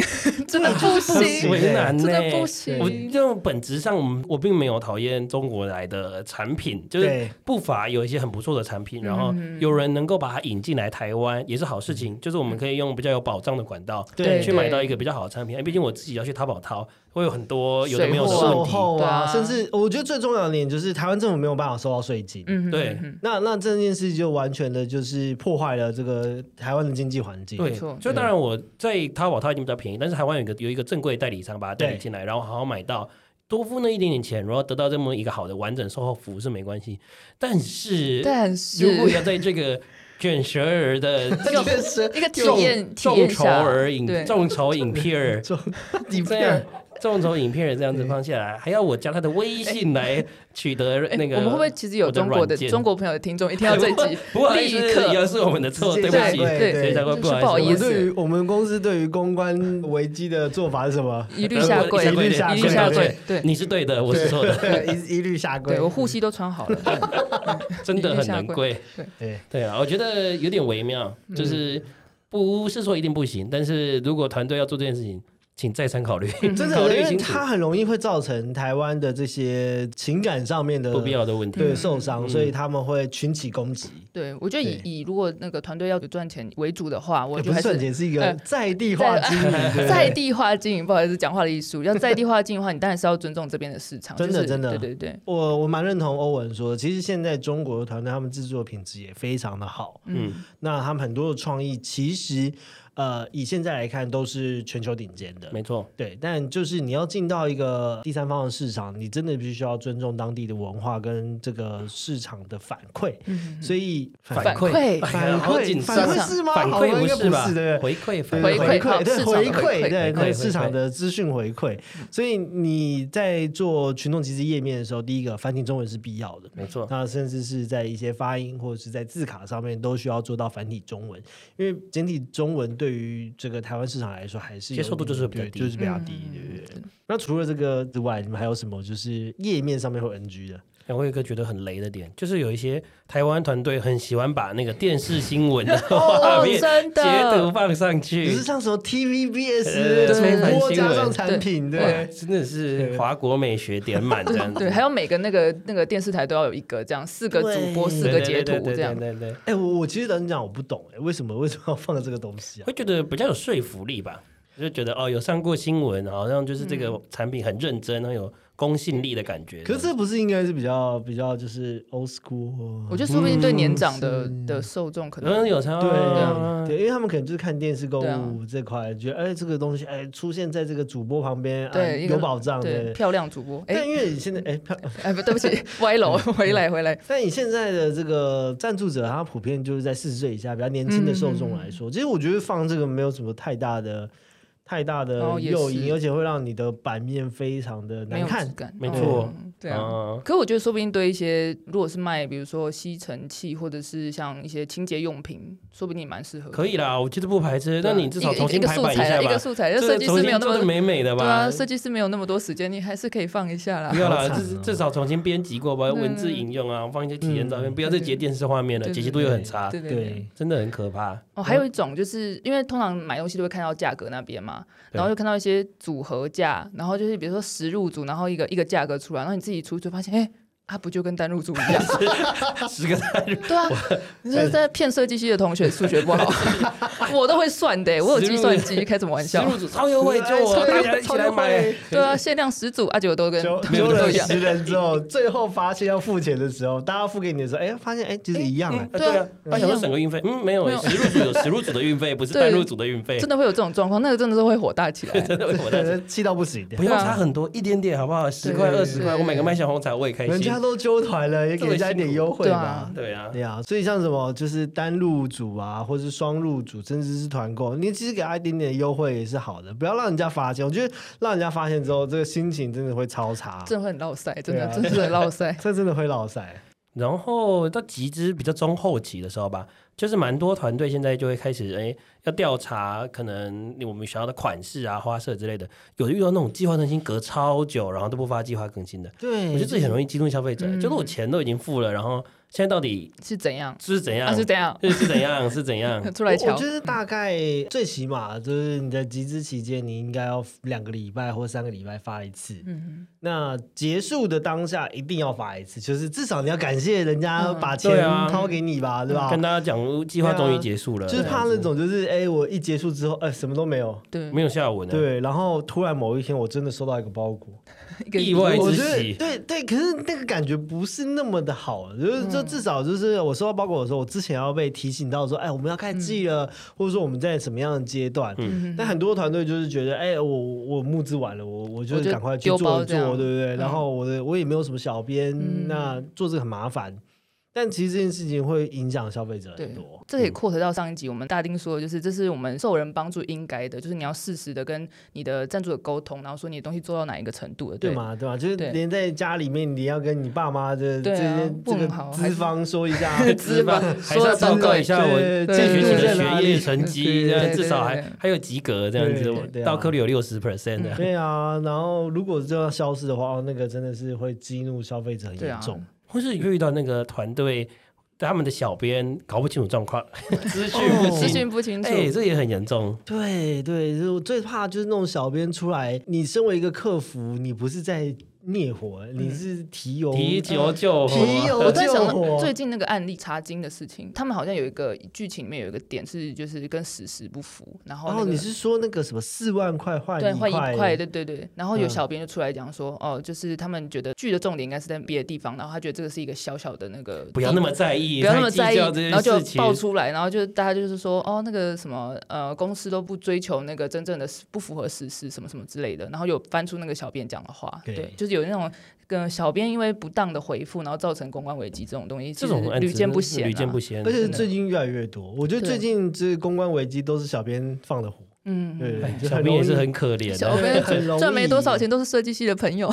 [SPEAKER 1] 真 的不
[SPEAKER 3] 行
[SPEAKER 1] 行，
[SPEAKER 2] 为难嗯呢、
[SPEAKER 1] 真的不行
[SPEAKER 2] 我这种本质上，我我并没有讨厌中国来的产品，就是
[SPEAKER 3] 对
[SPEAKER 2] 不乏有一些很不错的产品，然后
[SPEAKER 1] 嗯
[SPEAKER 2] 有人能够把它引进来台湾，也是好事情。就是我们可以用比较有保障的管道，
[SPEAKER 3] 对
[SPEAKER 2] 去买到一个比较好的产品。哎毕竟我自己要去淘宝淘，会有很多有的没有的
[SPEAKER 1] 水货
[SPEAKER 2] 问
[SPEAKER 3] 售
[SPEAKER 2] 题。
[SPEAKER 3] 后啊，
[SPEAKER 1] 对啊
[SPEAKER 3] 甚至我觉得最重要的点就是台湾政府没有办法收到税金，
[SPEAKER 1] 嗯，嗯
[SPEAKER 2] 对
[SPEAKER 1] 嗯嗯
[SPEAKER 3] 那那这件事就完全的就是破坏了这个台湾的经济环境。
[SPEAKER 2] 对，
[SPEAKER 1] 没错
[SPEAKER 2] 所以当然我在淘宝它已经比较便宜，但是台湾有一个有一个正规代理商把它代理进来，然后好好买到，多付那一点点钱，然后得到这么一个好的完整售后服务是没关系。但是，
[SPEAKER 1] 但
[SPEAKER 2] 如果
[SPEAKER 1] 是
[SPEAKER 2] 要在这个卷舌儿 的
[SPEAKER 3] 确实
[SPEAKER 1] 一个体
[SPEAKER 2] 众
[SPEAKER 1] 验体
[SPEAKER 2] 众
[SPEAKER 1] 验
[SPEAKER 2] 筹
[SPEAKER 1] 下，
[SPEAKER 2] 儿影
[SPEAKER 1] 对
[SPEAKER 2] 众筹影片儿
[SPEAKER 3] 众底
[SPEAKER 2] 这样。众筹影片儿这样子放下来，还要我加他的微信来取得
[SPEAKER 1] 哎
[SPEAKER 2] 那个。
[SPEAKER 1] 我们会不会其实有
[SPEAKER 2] 我的
[SPEAKER 1] 中国的
[SPEAKER 2] 软件
[SPEAKER 1] 中国朋友的听众一听到这一集
[SPEAKER 2] ，不好意
[SPEAKER 1] 立
[SPEAKER 2] 思，
[SPEAKER 1] 刻
[SPEAKER 2] 也是我们的错，
[SPEAKER 3] 直
[SPEAKER 2] 对
[SPEAKER 3] 接
[SPEAKER 2] 不
[SPEAKER 3] 下
[SPEAKER 2] 起，
[SPEAKER 3] 跪对
[SPEAKER 2] 所以才会
[SPEAKER 1] 就是
[SPEAKER 2] 不好意思。
[SPEAKER 1] 不好
[SPEAKER 3] 我
[SPEAKER 1] 意
[SPEAKER 3] 们
[SPEAKER 1] 思
[SPEAKER 3] 对于我们公司对于公关危机的做法是什么？
[SPEAKER 1] 一律下跪，
[SPEAKER 2] 一
[SPEAKER 3] 律下跪
[SPEAKER 1] 一律下
[SPEAKER 2] 对
[SPEAKER 1] 跪，对
[SPEAKER 3] 嗯
[SPEAKER 2] 你是对的，我是错的，
[SPEAKER 3] 一一律下跪
[SPEAKER 1] 对，。我护膝都穿好了，对
[SPEAKER 2] 真的很难跪。
[SPEAKER 3] 对，
[SPEAKER 2] 对啊，我觉得有点微妙，
[SPEAKER 1] 嗯
[SPEAKER 2] 就是不是说一定不行，但是如果团队要做这件事情，请再三考虑，
[SPEAKER 1] 嗯
[SPEAKER 3] 真
[SPEAKER 2] 嗯考
[SPEAKER 3] 的，
[SPEAKER 2] 虑
[SPEAKER 3] 因为
[SPEAKER 2] 清楚
[SPEAKER 3] 它很容易会造成台湾的这些情感上面的
[SPEAKER 2] 不必要的问题。
[SPEAKER 3] 对受伤，
[SPEAKER 2] 嗯
[SPEAKER 3] 所以他们会群起攻击。
[SPEAKER 1] 对，我觉得以
[SPEAKER 3] 对
[SPEAKER 1] 以如果那个团队要赚钱为主的话，我
[SPEAKER 3] 也
[SPEAKER 1] 觉得
[SPEAKER 3] 不
[SPEAKER 1] 还
[SPEAKER 3] 是
[SPEAKER 1] 是
[SPEAKER 3] 瞬间是一个
[SPEAKER 1] 呃
[SPEAKER 3] 在地化经营，对不 对
[SPEAKER 1] 在地化经营，不好意思，讲话的艺术，要在地化经营的话，你当然是要尊重这边的市场，
[SPEAKER 3] 真的
[SPEAKER 1] 就是
[SPEAKER 3] 真的
[SPEAKER 1] 对对对，
[SPEAKER 3] 我我蛮认同欧文说的，其实现在中国的团队他们制作品质也非常的好，
[SPEAKER 2] 嗯，
[SPEAKER 3] 那他们很多的创意其实呃以现在来看都是全球顶尖的。
[SPEAKER 2] 没错，
[SPEAKER 3] 对，但就是你要进到一个第三方的市场，你真的必须要尊重当地的文化跟这个市场的反馈，
[SPEAKER 2] 嗯
[SPEAKER 3] 所以
[SPEAKER 1] 反馈
[SPEAKER 2] 哎呀
[SPEAKER 3] 反
[SPEAKER 2] 好
[SPEAKER 3] 馈
[SPEAKER 2] 紧
[SPEAKER 3] 反
[SPEAKER 2] 张
[SPEAKER 1] 啊
[SPEAKER 3] 馈是吗？
[SPEAKER 2] 反
[SPEAKER 3] 好像
[SPEAKER 2] 馈不
[SPEAKER 3] 应该
[SPEAKER 2] 是吧？
[SPEAKER 3] 对不对
[SPEAKER 2] 回馈反
[SPEAKER 1] 回
[SPEAKER 2] 馈
[SPEAKER 1] 馈
[SPEAKER 3] 馈
[SPEAKER 1] 哦
[SPEAKER 3] 对
[SPEAKER 1] 市场的回
[SPEAKER 3] 回馈
[SPEAKER 1] 馈
[SPEAKER 3] 对
[SPEAKER 2] 回馈
[SPEAKER 3] 对市场的资讯回馈，所以你在做群众集资页面的时候，第一个繁体中文是必要的，
[SPEAKER 2] 没错，
[SPEAKER 3] 那甚至是在一些发音或者是在字卡上面都需要做到繁体中文，因为简体中文对于这个台湾市场来说还是有
[SPEAKER 2] 接受度就是比较
[SPEAKER 3] 对
[SPEAKER 2] 低
[SPEAKER 3] 嗯就是比较低，对不对？那除了这个之外，你们还有什么就是页面上面会 NG 的？
[SPEAKER 2] 然后我有一个觉得很雷的点，就是有一些台湾团队很喜欢把那个电视新闻 的画
[SPEAKER 1] 哦，
[SPEAKER 2] 面
[SPEAKER 1] 真
[SPEAKER 2] 截图
[SPEAKER 1] 的，
[SPEAKER 2] 放上
[SPEAKER 3] 只
[SPEAKER 2] 去
[SPEAKER 3] 是，像什么 TVBS
[SPEAKER 1] 对
[SPEAKER 2] 呃
[SPEAKER 3] 重 播
[SPEAKER 2] 对
[SPEAKER 3] 加上产品，
[SPEAKER 2] 哇，
[SPEAKER 3] 对，
[SPEAKER 2] 真的是华国美学点满这样子。
[SPEAKER 1] 对，还有每个那个那个电视台都要有一个这样，四个主播
[SPEAKER 3] 对
[SPEAKER 1] 四
[SPEAKER 2] 对
[SPEAKER 1] 个
[SPEAKER 2] 对
[SPEAKER 1] 截
[SPEAKER 2] 对
[SPEAKER 1] 图
[SPEAKER 2] 对
[SPEAKER 1] 这样，
[SPEAKER 2] 对对对，
[SPEAKER 3] 哎、我我其实老实讲，我不懂哎、为什么为什么要放这个东西啊？
[SPEAKER 2] 会觉得比较有说服力吧。就觉得哦，有上过新闻，好像就是这个产品很认真，很有公信力的感觉。
[SPEAKER 3] 嗯可是这不是应该是比较比较就是 old school？
[SPEAKER 1] 我觉得说不定对年长的
[SPEAKER 3] 嗯
[SPEAKER 1] 的受众可
[SPEAKER 2] 可能
[SPEAKER 1] 能
[SPEAKER 2] 有差啊
[SPEAKER 1] 啊
[SPEAKER 3] 对对，因为他们可能就是看电视购
[SPEAKER 1] 对啊
[SPEAKER 3] 物这块，觉得哎这个东西哎出现在这个主播旁边，哎
[SPEAKER 1] 对一个
[SPEAKER 3] 有保障
[SPEAKER 1] 对
[SPEAKER 3] 的。
[SPEAKER 1] 漂亮主播，哎
[SPEAKER 3] 但因为你现在哎，漂
[SPEAKER 1] 哎不，对不起，歪楼，
[SPEAKER 3] 嗯
[SPEAKER 1] 回来回来，
[SPEAKER 3] 但你现在的这个赞助者，他普
[SPEAKER 1] 嗯
[SPEAKER 3] 遍就是在四十岁以下比较年轻的受众来说，其实我觉得放这个没有什么太大的太大的
[SPEAKER 1] 哦也
[SPEAKER 3] 诱
[SPEAKER 1] 是
[SPEAKER 3] 因，而且会让你的版面非常的
[SPEAKER 1] 没
[SPEAKER 3] 难
[SPEAKER 1] 有质
[SPEAKER 3] 看。
[SPEAKER 1] 感，
[SPEAKER 2] 没
[SPEAKER 3] 错哦
[SPEAKER 1] 嗯对啊。
[SPEAKER 2] 嗯
[SPEAKER 1] 可我觉得，说不定对一些如果是卖，比如说吸尘器，或者是像一些清洁用品，说不定也蛮适合。啊
[SPEAKER 2] 可以啦，我觉得不排斥。那你至少
[SPEAKER 1] 一个
[SPEAKER 2] 重新
[SPEAKER 1] 一个
[SPEAKER 2] 排
[SPEAKER 1] 素
[SPEAKER 2] 版
[SPEAKER 1] 材啦
[SPEAKER 2] 下
[SPEAKER 1] 一个
[SPEAKER 2] 吧，
[SPEAKER 1] 素材，
[SPEAKER 2] 这
[SPEAKER 1] 就设计
[SPEAKER 2] 重
[SPEAKER 1] 师
[SPEAKER 2] 新
[SPEAKER 1] 没有那
[SPEAKER 2] 做
[SPEAKER 1] 么
[SPEAKER 2] 的美美的
[SPEAKER 1] 对
[SPEAKER 2] 吧
[SPEAKER 1] 啊，。设计师没有那么多时间，你还是可以放一下啦
[SPEAKER 2] 不。要啦，
[SPEAKER 3] 好惨
[SPEAKER 2] 至
[SPEAKER 3] 哦
[SPEAKER 2] 至少重新编辑过吧，
[SPEAKER 1] 嗯
[SPEAKER 2] 文字引用啊，放一些体验照片，
[SPEAKER 3] 嗯
[SPEAKER 2] 不要再截电视画面了，啊
[SPEAKER 1] 对
[SPEAKER 2] 解析度又很差，
[SPEAKER 1] 对对对。
[SPEAKER 3] 对，
[SPEAKER 2] 真的很可怕。
[SPEAKER 1] 哦，还有一种就是因为通常买东西都会看到价格那边嘛，
[SPEAKER 2] 对
[SPEAKER 1] 然后就看到一些组合价，然后就是比如说十入组，然后一个一个价格出来，然后你自己除一除发现，哎、啊不就跟单入组一样？
[SPEAKER 2] 十个
[SPEAKER 1] 对啊，你是在骗设计系的同学数学不 好，我都会算的、我有计算机，开什么玩
[SPEAKER 2] 十
[SPEAKER 1] 笑
[SPEAKER 2] 入？组超优惠，就我
[SPEAKER 3] 哎
[SPEAKER 2] 大家一起
[SPEAKER 3] 超
[SPEAKER 2] 来
[SPEAKER 3] 优
[SPEAKER 2] 买
[SPEAKER 3] 惠。
[SPEAKER 1] 对啊，限量十组，啊结果都跟
[SPEAKER 3] 揪
[SPEAKER 1] 没有
[SPEAKER 3] 揪
[SPEAKER 1] 都
[SPEAKER 3] 了
[SPEAKER 1] 一样。
[SPEAKER 3] 十人之后，最后发现要付钱的时候，大家付给你的时候，哎，发现哎其实一样哎
[SPEAKER 2] 嗯，
[SPEAKER 1] 对啊
[SPEAKER 2] 对啊，他想说省个运费，嗯，没有
[SPEAKER 1] 没有
[SPEAKER 2] 十入组有十入组的运费，不是
[SPEAKER 1] 对
[SPEAKER 2] 单入组的运费
[SPEAKER 1] 真，的会有这种状况，那个真的是会火大起来。
[SPEAKER 2] 真的我在这。
[SPEAKER 3] 气到不行。
[SPEAKER 2] 不要差很多，一点点好不好？十块
[SPEAKER 3] 对
[SPEAKER 2] 二十块，
[SPEAKER 1] 啊对
[SPEAKER 2] 我买个麦香红茶我也开
[SPEAKER 3] 人
[SPEAKER 2] 心
[SPEAKER 3] 家。都揪团了，也给人家一点优惠
[SPEAKER 1] 这么辛苦
[SPEAKER 3] 吧。
[SPEAKER 2] 对啊，
[SPEAKER 3] 对啊，所以像什么就是单入组啊，或是双入组，甚至是团购，你其实给他一点点优惠也是好的，不要让人家发现。我觉得让人家发现之后，这个心情真的会超差，
[SPEAKER 1] 真的会很落塞，真的，
[SPEAKER 3] 对啊
[SPEAKER 1] 真的是很落塞。
[SPEAKER 3] 这真的会落塞。
[SPEAKER 2] 然后到集资比较中后期的时候吧，就是蛮多团队现在就会开始哎，要调查可能我们想要的款式啊、花色之类的。有的遇到那种计划更新隔超久，然后都不发计划更新的，
[SPEAKER 3] 对，
[SPEAKER 2] 我觉得这也很容易激怒消费者。
[SPEAKER 1] 嗯
[SPEAKER 2] 就是我钱都已经付了，然后现在到底
[SPEAKER 1] 是怎样？
[SPEAKER 2] 是怎样？
[SPEAKER 1] 啊，是怎样？
[SPEAKER 2] 是是怎样？是怎样？
[SPEAKER 1] 出来
[SPEAKER 3] 我
[SPEAKER 1] 瞧
[SPEAKER 3] 我觉。得大概最起码就是你的集资期间，你应该要两个礼拜或三个礼拜发一次。
[SPEAKER 1] 嗯，
[SPEAKER 3] 那结束的当下一定要发一次，就是至少你要感谢人家
[SPEAKER 1] 嗯
[SPEAKER 3] 把
[SPEAKER 2] 对
[SPEAKER 3] 钱
[SPEAKER 2] 啊
[SPEAKER 3] 掏给你吧，对吧？
[SPEAKER 2] 跟大家讲，计划终于结束了，
[SPEAKER 3] 哦啊就是怕
[SPEAKER 2] 这
[SPEAKER 3] 那
[SPEAKER 2] 样子
[SPEAKER 3] 种就是哎、我一结束之后，哎、什么都没有。
[SPEAKER 1] 对，
[SPEAKER 2] 没有下文了。，啊
[SPEAKER 3] 对，然后突然某一天，我真的收到一个包裹，
[SPEAKER 1] 一个
[SPEAKER 2] 意外
[SPEAKER 3] 我
[SPEAKER 2] 之
[SPEAKER 3] 觉得
[SPEAKER 2] 喜
[SPEAKER 3] 对对，可是那个感觉不是那么的好，就是
[SPEAKER 1] 嗯
[SPEAKER 3] 就至少就是我收到包裹的时候，我之前要被提醒到说，哎，我们要开始
[SPEAKER 1] 嗯
[SPEAKER 3] 寄了，或者说我们在什么样的阶段。但很多团队就是觉得，哎，我我募资完了，我我就
[SPEAKER 1] 我就是
[SPEAKER 3] 赶快去
[SPEAKER 1] 丢
[SPEAKER 3] 做
[SPEAKER 1] 包
[SPEAKER 3] 一
[SPEAKER 1] 这样
[SPEAKER 3] 做，对不对？
[SPEAKER 1] 嗯
[SPEAKER 3] 然后我的我也没有什么小编，
[SPEAKER 1] 嗯
[SPEAKER 3] 那做这个很麻烦。但其实这件事情会影响消费者
[SPEAKER 1] 对
[SPEAKER 3] 很多，，
[SPEAKER 1] 这可以 quote 到上一集我们大丁说的，就是这是我们受人帮助应该的，就是你要适时的跟你的赞助者沟通，然后说你的东西做到哪一个程度了，
[SPEAKER 3] 对
[SPEAKER 1] 吗？
[SPEAKER 3] 嘛？对吧？就是
[SPEAKER 1] 对
[SPEAKER 3] 连在家里面，你要跟你爸妈的这
[SPEAKER 1] 对啊
[SPEAKER 3] 些这个
[SPEAKER 1] 问好还
[SPEAKER 3] 资
[SPEAKER 1] 是
[SPEAKER 3] 方说一下，
[SPEAKER 1] 资方
[SPEAKER 2] 还是要报告一下我
[SPEAKER 3] 对
[SPEAKER 2] 这学期
[SPEAKER 1] 对
[SPEAKER 2] 的
[SPEAKER 1] 对
[SPEAKER 2] 学业成绩，
[SPEAKER 1] 对
[SPEAKER 2] 这样
[SPEAKER 1] 对
[SPEAKER 2] 至少还
[SPEAKER 1] 对对
[SPEAKER 2] 还有及格这样子。
[SPEAKER 3] 对
[SPEAKER 2] 我
[SPEAKER 3] 对啊
[SPEAKER 2] 到科里有六十 percent 的，
[SPEAKER 3] 对啊，然后如果这样消失的话，哦，那个真的是会激怒消费者很
[SPEAKER 1] 对
[SPEAKER 3] 严
[SPEAKER 1] 啊
[SPEAKER 3] 重。
[SPEAKER 2] 或是遇到那个团队他们的小编搞不清楚状况，资讯不
[SPEAKER 1] 资
[SPEAKER 2] 清，
[SPEAKER 1] 讯不清楚，
[SPEAKER 2] 哎，这也很严重。
[SPEAKER 3] 对对，就是我最怕就是那种小编出来，你身为一个客服，你不是在灭火，你
[SPEAKER 1] 嗯
[SPEAKER 3] 是提油
[SPEAKER 2] 提九九，
[SPEAKER 3] 哎提
[SPEAKER 1] 我
[SPEAKER 3] 油
[SPEAKER 1] 在想
[SPEAKER 3] 救
[SPEAKER 1] 到
[SPEAKER 3] 火。
[SPEAKER 1] 最近那个案例查经的事情，他们好像有一个剧情里面有一个点是就是跟史实不符，然后、
[SPEAKER 3] 然
[SPEAKER 1] 那
[SPEAKER 3] 后
[SPEAKER 1] 个
[SPEAKER 3] 哦你是说那个什么四万块换
[SPEAKER 1] 对，换
[SPEAKER 3] 一
[SPEAKER 1] 一块，
[SPEAKER 3] 块？
[SPEAKER 1] 对对对。然后有
[SPEAKER 3] 嗯
[SPEAKER 1] 小编就出来讲说，哦，就是他们觉得剧的重点应该是在别的地方，然后他觉得这个是一个小小的那个地，
[SPEAKER 2] 不要那么在意，
[SPEAKER 1] 不要那么
[SPEAKER 2] 太计
[SPEAKER 1] 在意，
[SPEAKER 2] 较这些
[SPEAKER 1] 然后就
[SPEAKER 2] 事情
[SPEAKER 1] 爆出来，然后就大家就是说，哦，那个什么，呃，公司都不追求那个真正的实不符合实施什么什么之类的，然后有翻出那个小编讲的话，
[SPEAKER 3] 对
[SPEAKER 1] 对，就是有那种跟小编因为不当的回复，然后造成公关危机这种东西，
[SPEAKER 2] 这种
[SPEAKER 1] 其实
[SPEAKER 2] 案子
[SPEAKER 1] 屡见不鲜、啊，
[SPEAKER 2] 屡见不鲜
[SPEAKER 3] 而。且
[SPEAKER 1] 真的
[SPEAKER 3] 最近越来越多，我觉得
[SPEAKER 1] 对
[SPEAKER 3] 最近这公关危机都是小编放的火，
[SPEAKER 1] 嗯，
[SPEAKER 3] 对，
[SPEAKER 2] 哎
[SPEAKER 3] 就
[SPEAKER 2] 小
[SPEAKER 3] 很
[SPEAKER 2] 编也
[SPEAKER 3] 容
[SPEAKER 2] 是
[SPEAKER 3] 易
[SPEAKER 2] 很可怜啊
[SPEAKER 1] 小
[SPEAKER 2] 的，
[SPEAKER 1] 编
[SPEAKER 3] 很容易哦
[SPEAKER 1] 赚没多少钱，都是设计系的朋友，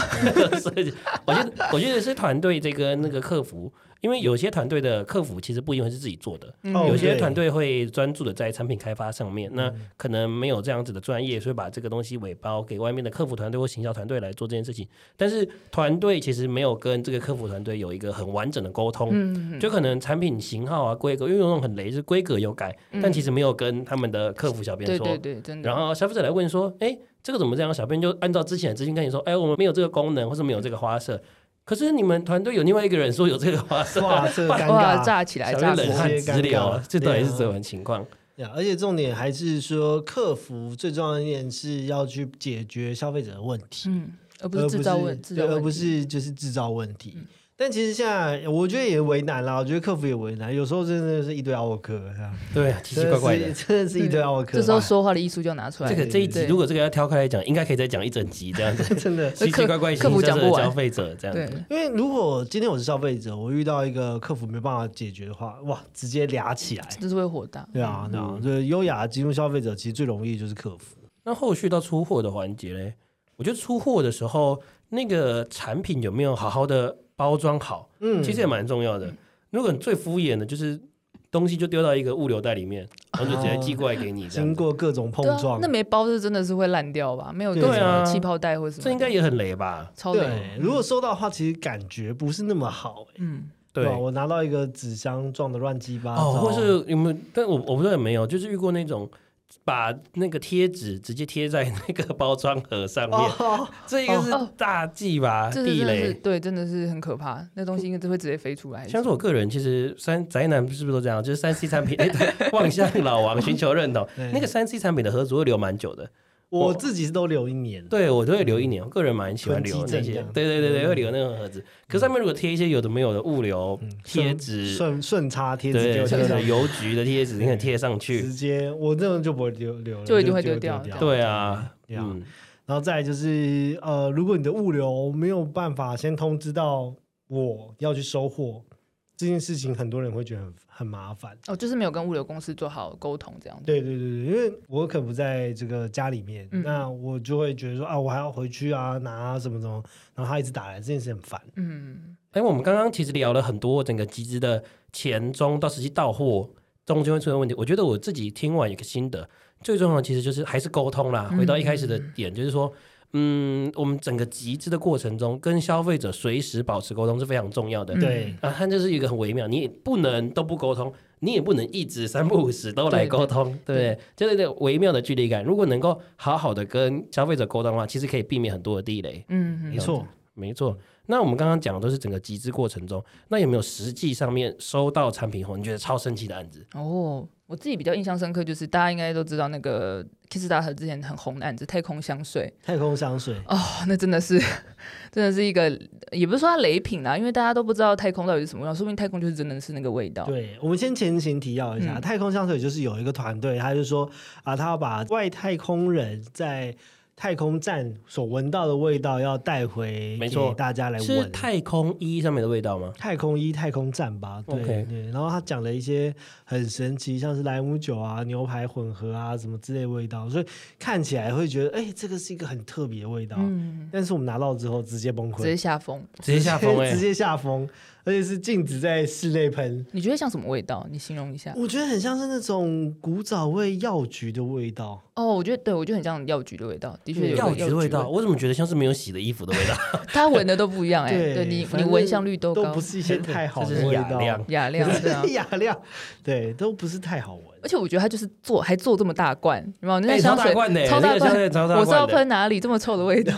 [SPEAKER 2] 所以我觉得我觉得是团队这个那个客服，因为有些团队的客服其实不一定是自己做的，
[SPEAKER 1] 嗯
[SPEAKER 3] 哦
[SPEAKER 2] 有些
[SPEAKER 3] 对嗯
[SPEAKER 2] 团队会专注的在产品开发上面，那可能没有这样子的专业，所以把这个东西委包给外面的客服团队或行销团队来做这件事情。但是团队其实没有跟这个客服团队有一个很完整的沟通，
[SPEAKER 1] 嗯，
[SPEAKER 2] 就可能产品型号啊、规格，因为有那种很雷是规格有改，
[SPEAKER 1] 嗯
[SPEAKER 2] 但其实没有跟他们的客服小编
[SPEAKER 1] 对对
[SPEAKER 2] 说。
[SPEAKER 1] 对，真的。
[SPEAKER 2] 然后消费者来问说：“哎，这个怎么这样？”小编就按照之前的资讯跟你说：“哎，我们没有这个功能，或是没有这个花色。”可是你们团队有另外一个人说有这个花色，
[SPEAKER 3] 哇，这个尴
[SPEAKER 1] 哇，
[SPEAKER 3] 尬。
[SPEAKER 1] 炸起来，
[SPEAKER 2] 小
[SPEAKER 1] 炸
[SPEAKER 2] 编
[SPEAKER 1] 锅
[SPEAKER 2] 冷！汗直流 啊，这
[SPEAKER 3] 直接尴尬
[SPEAKER 2] 到底是怎么情况？
[SPEAKER 3] 呀，而且重点还是说，客服最重要的一点是要去解决消费者的问题，
[SPEAKER 1] 嗯，而不
[SPEAKER 3] 而
[SPEAKER 1] 是
[SPEAKER 3] 不
[SPEAKER 1] 制造问，制
[SPEAKER 3] 对
[SPEAKER 1] 造
[SPEAKER 3] 而
[SPEAKER 1] 问
[SPEAKER 3] 不
[SPEAKER 1] 题
[SPEAKER 3] 是就是制造问题。
[SPEAKER 1] 嗯
[SPEAKER 3] 但其实现在我觉得也为难啦，我觉得客服也为难，有时候真的是一堆奥克，这样
[SPEAKER 2] 对啊，奇奇怪怪的
[SPEAKER 3] 真。是真的是一堆奥啊克。
[SPEAKER 1] 这时候说话的艺术就要拿出来
[SPEAKER 2] 这
[SPEAKER 1] 了。
[SPEAKER 2] 个这一集
[SPEAKER 1] 对
[SPEAKER 2] 如果这个要挑开来讲，应该可以再讲一整集 这样子。
[SPEAKER 3] 真的，
[SPEAKER 2] 奇奇怪怪
[SPEAKER 1] 客
[SPEAKER 2] 型
[SPEAKER 1] 服
[SPEAKER 2] 销
[SPEAKER 1] 讲
[SPEAKER 2] 售
[SPEAKER 1] 不
[SPEAKER 2] 的
[SPEAKER 1] 完
[SPEAKER 2] 消费者这样
[SPEAKER 1] 对
[SPEAKER 2] 子，，
[SPEAKER 3] 因为如果今天我是消费者，我遇到一个客服没办法解决的话，哇，直接俩起来。
[SPEAKER 1] 就是会火大。
[SPEAKER 3] 啊嗯
[SPEAKER 1] 啊
[SPEAKER 2] 嗯
[SPEAKER 3] 对啊，对啊，就是优雅进入消费者，其实最容易就是客服。
[SPEAKER 2] 那后续到出货的环节嘞，我觉得出货的时候，那个产品有没有好好的包装好，
[SPEAKER 3] 嗯，
[SPEAKER 2] 其实也蛮重要的。如果你最敷衍的，就是东西就丢到一个物流袋里面，然后就直接寄过来给你，这样
[SPEAKER 3] 经
[SPEAKER 2] 子
[SPEAKER 3] 过各种碰
[SPEAKER 1] 对啊
[SPEAKER 3] 撞，，
[SPEAKER 1] 那没包是真的是会烂掉吧？没有
[SPEAKER 3] 对
[SPEAKER 1] 各种
[SPEAKER 2] 啊
[SPEAKER 1] 气泡袋或什么的，
[SPEAKER 2] 这应该也很雷吧？
[SPEAKER 1] 超
[SPEAKER 3] 对
[SPEAKER 1] 累。，
[SPEAKER 3] 如果收到的话，其实感觉不是那么好、欸。
[SPEAKER 1] 嗯，
[SPEAKER 2] 对，
[SPEAKER 3] 吧我拿到一个纸箱撞的乱七八糟，
[SPEAKER 2] 哦，或是有没有？但我我不知道有没有，就是遇过那种把那个贴纸直接贴在那个包装盒上面，
[SPEAKER 3] 哦，
[SPEAKER 2] 这个是
[SPEAKER 1] 哦
[SPEAKER 2] 大忌
[SPEAKER 3] 啊
[SPEAKER 2] 吧？
[SPEAKER 1] 这是
[SPEAKER 2] 地
[SPEAKER 1] 真的是
[SPEAKER 2] 雷。
[SPEAKER 1] 对，真的是很可怕，那东西应该会直接飞出来。
[SPEAKER 2] 像是我个人，其实三宅男是不是都这样？就是三 C 产品，哎， 对望向老王，寻求认同
[SPEAKER 3] 对。
[SPEAKER 2] 那个三 C 产品的盒子会留蛮久的，
[SPEAKER 3] 我自己是都留一年，
[SPEAKER 2] 对我都会留一年。我个人蛮喜欢留
[SPEAKER 3] 嗯囤
[SPEAKER 2] 那
[SPEAKER 3] 积症这
[SPEAKER 2] 些
[SPEAKER 3] 样，嗯
[SPEAKER 2] 对对对对，会留那种盒子。可是上面如果贴一些有的没有的物流贴纸，
[SPEAKER 3] 嗯顺顺差贴纸
[SPEAKER 2] 对，
[SPEAKER 3] 就
[SPEAKER 2] 像
[SPEAKER 3] 这
[SPEAKER 2] 是
[SPEAKER 3] 样
[SPEAKER 2] 邮局的贴纸，你可以贴上去。
[SPEAKER 3] 直接我这种就不会丢留了，
[SPEAKER 1] 就一定会
[SPEAKER 3] 丢
[SPEAKER 1] 丢掉
[SPEAKER 3] 掉。
[SPEAKER 2] 对啊，
[SPEAKER 3] 对啊
[SPEAKER 2] 嗯。
[SPEAKER 3] 然后再来就是呃，如果你的物流没有办法先通知到我要去收货，这件事情很多人会觉得很很麻烦。
[SPEAKER 1] 哦，就是没有跟物流公司做好沟通这样子。
[SPEAKER 3] 对对对对，因为我可不在这个家里面，
[SPEAKER 1] 嗯
[SPEAKER 3] 那我就会觉得说啊，我还要回去啊，拿啊什么什么，然后他一直打来，这件事很烦。
[SPEAKER 1] 嗯，
[SPEAKER 2] 哎，我们刚刚其实聊了很多整个集资的前中到实际到货中间会出现问题。我觉得我自己听完有个心得，最重要的其实就是还是沟通啦。
[SPEAKER 1] 嗯
[SPEAKER 2] 回到一开始的点，就是说，嗯，我们整个集资的过程中，跟消费者随时保持沟通是非常重要的。
[SPEAKER 1] 嗯
[SPEAKER 3] 对，
[SPEAKER 2] 啊，它就是一个很微妙，你也不能都不沟通，你也不能一直三不五时都来沟通，对不
[SPEAKER 1] 嗯
[SPEAKER 2] 对？就是这个微妙的距离感。如果能够好好的跟消费者沟通的话，其实可以避免很多的地雷。
[SPEAKER 1] 嗯
[SPEAKER 3] 没错。
[SPEAKER 2] 没错。那我们刚刚讲的都是整个集资过程中，那有没有实际上面收到产品后你觉得超生气的案子？
[SPEAKER 1] 哦，我自己比较印象深刻就是大家应该都知道那个 Kickstarter 之前很红的案子《太空香水》
[SPEAKER 3] 太空香水，
[SPEAKER 1] 哦，那真的是 真的是一个，也不是说它雷品啦，因为大家都不知道太空到底是什么味道，说明太空就是真的是那个味道。
[SPEAKER 3] 对，啊我们先前情提要一下，
[SPEAKER 1] 嗯
[SPEAKER 3] 太空香水就是有一个团队，他就说啊，他要把外太空人在太空站所闻到的味道要带回，
[SPEAKER 2] 没错
[SPEAKER 3] 大家来
[SPEAKER 2] 是
[SPEAKER 3] 闻。
[SPEAKER 2] 太空衣上面的味道吗？
[SPEAKER 3] 太空衣、太空站吧，对
[SPEAKER 2] OK
[SPEAKER 3] 对。然后他讲了一些很神奇，像是莱姆酒啊、牛排混合啊什么之类的味道，所以看起来会觉得，哎、这个是一个很特别的味道。
[SPEAKER 1] 嗯，
[SPEAKER 3] 但是我们拿到之后直接崩
[SPEAKER 1] 直
[SPEAKER 3] 溃
[SPEAKER 1] 接，下风。
[SPEAKER 2] 直接下风哎、
[SPEAKER 3] 直接下风，而且是禁止在室内喷。
[SPEAKER 1] 你觉得像什么味道？你形容一下。
[SPEAKER 3] 我觉得很像是那种古早味药局的味道，
[SPEAKER 1] 哦，我觉得对，我觉得很像药局的味道，的确有
[SPEAKER 3] 对
[SPEAKER 1] 个
[SPEAKER 2] 药局的味道，
[SPEAKER 1] 味，
[SPEAKER 2] 我怎么觉得像是没有洗的衣服的味道？
[SPEAKER 1] 它闻的都不一 样哎、对你，
[SPEAKER 3] 反
[SPEAKER 1] 你
[SPEAKER 3] 正
[SPEAKER 1] 闻像绿豆
[SPEAKER 3] 都
[SPEAKER 1] 糕
[SPEAKER 3] 不，是一些太好
[SPEAKER 2] 这
[SPEAKER 3] 的
[SPEAKER 2] 是
[SPEAKER 3] 味
[SPEAKER 2] 雅
[SPEAKER 3] 道，
[SPEAKER 2] 亮，
[SPEAKER 1] 雅亮对啊
[SPEAKER 3] 这是。雅亮， 对，都不是太好闻。
[SPEAKER 1] 而且我觉得它就是做还做这么大罐，有没有？那
[SPEAKER 2] 哎
[SPEAKER 1] 个
[SPEAKER 2] 超
[SPEAKER 1] 香
[SPEAKER 2] 大
[SPEAKER 1] 水
[SPEAKER 2] 罐的、
[SPEAKER 1] 超
[SPEAKER 2] 那
[SPEAKER 1] 大
[SPEAKER 2] 个香
[SPEAKER 1] 罐，
[SPEAKER 2] 水超大
[SPEAKER 1] 我是要
[SPEAKER 2] 罐的。
[SPEAKER 1] 喷哪里？这么臭的味 道，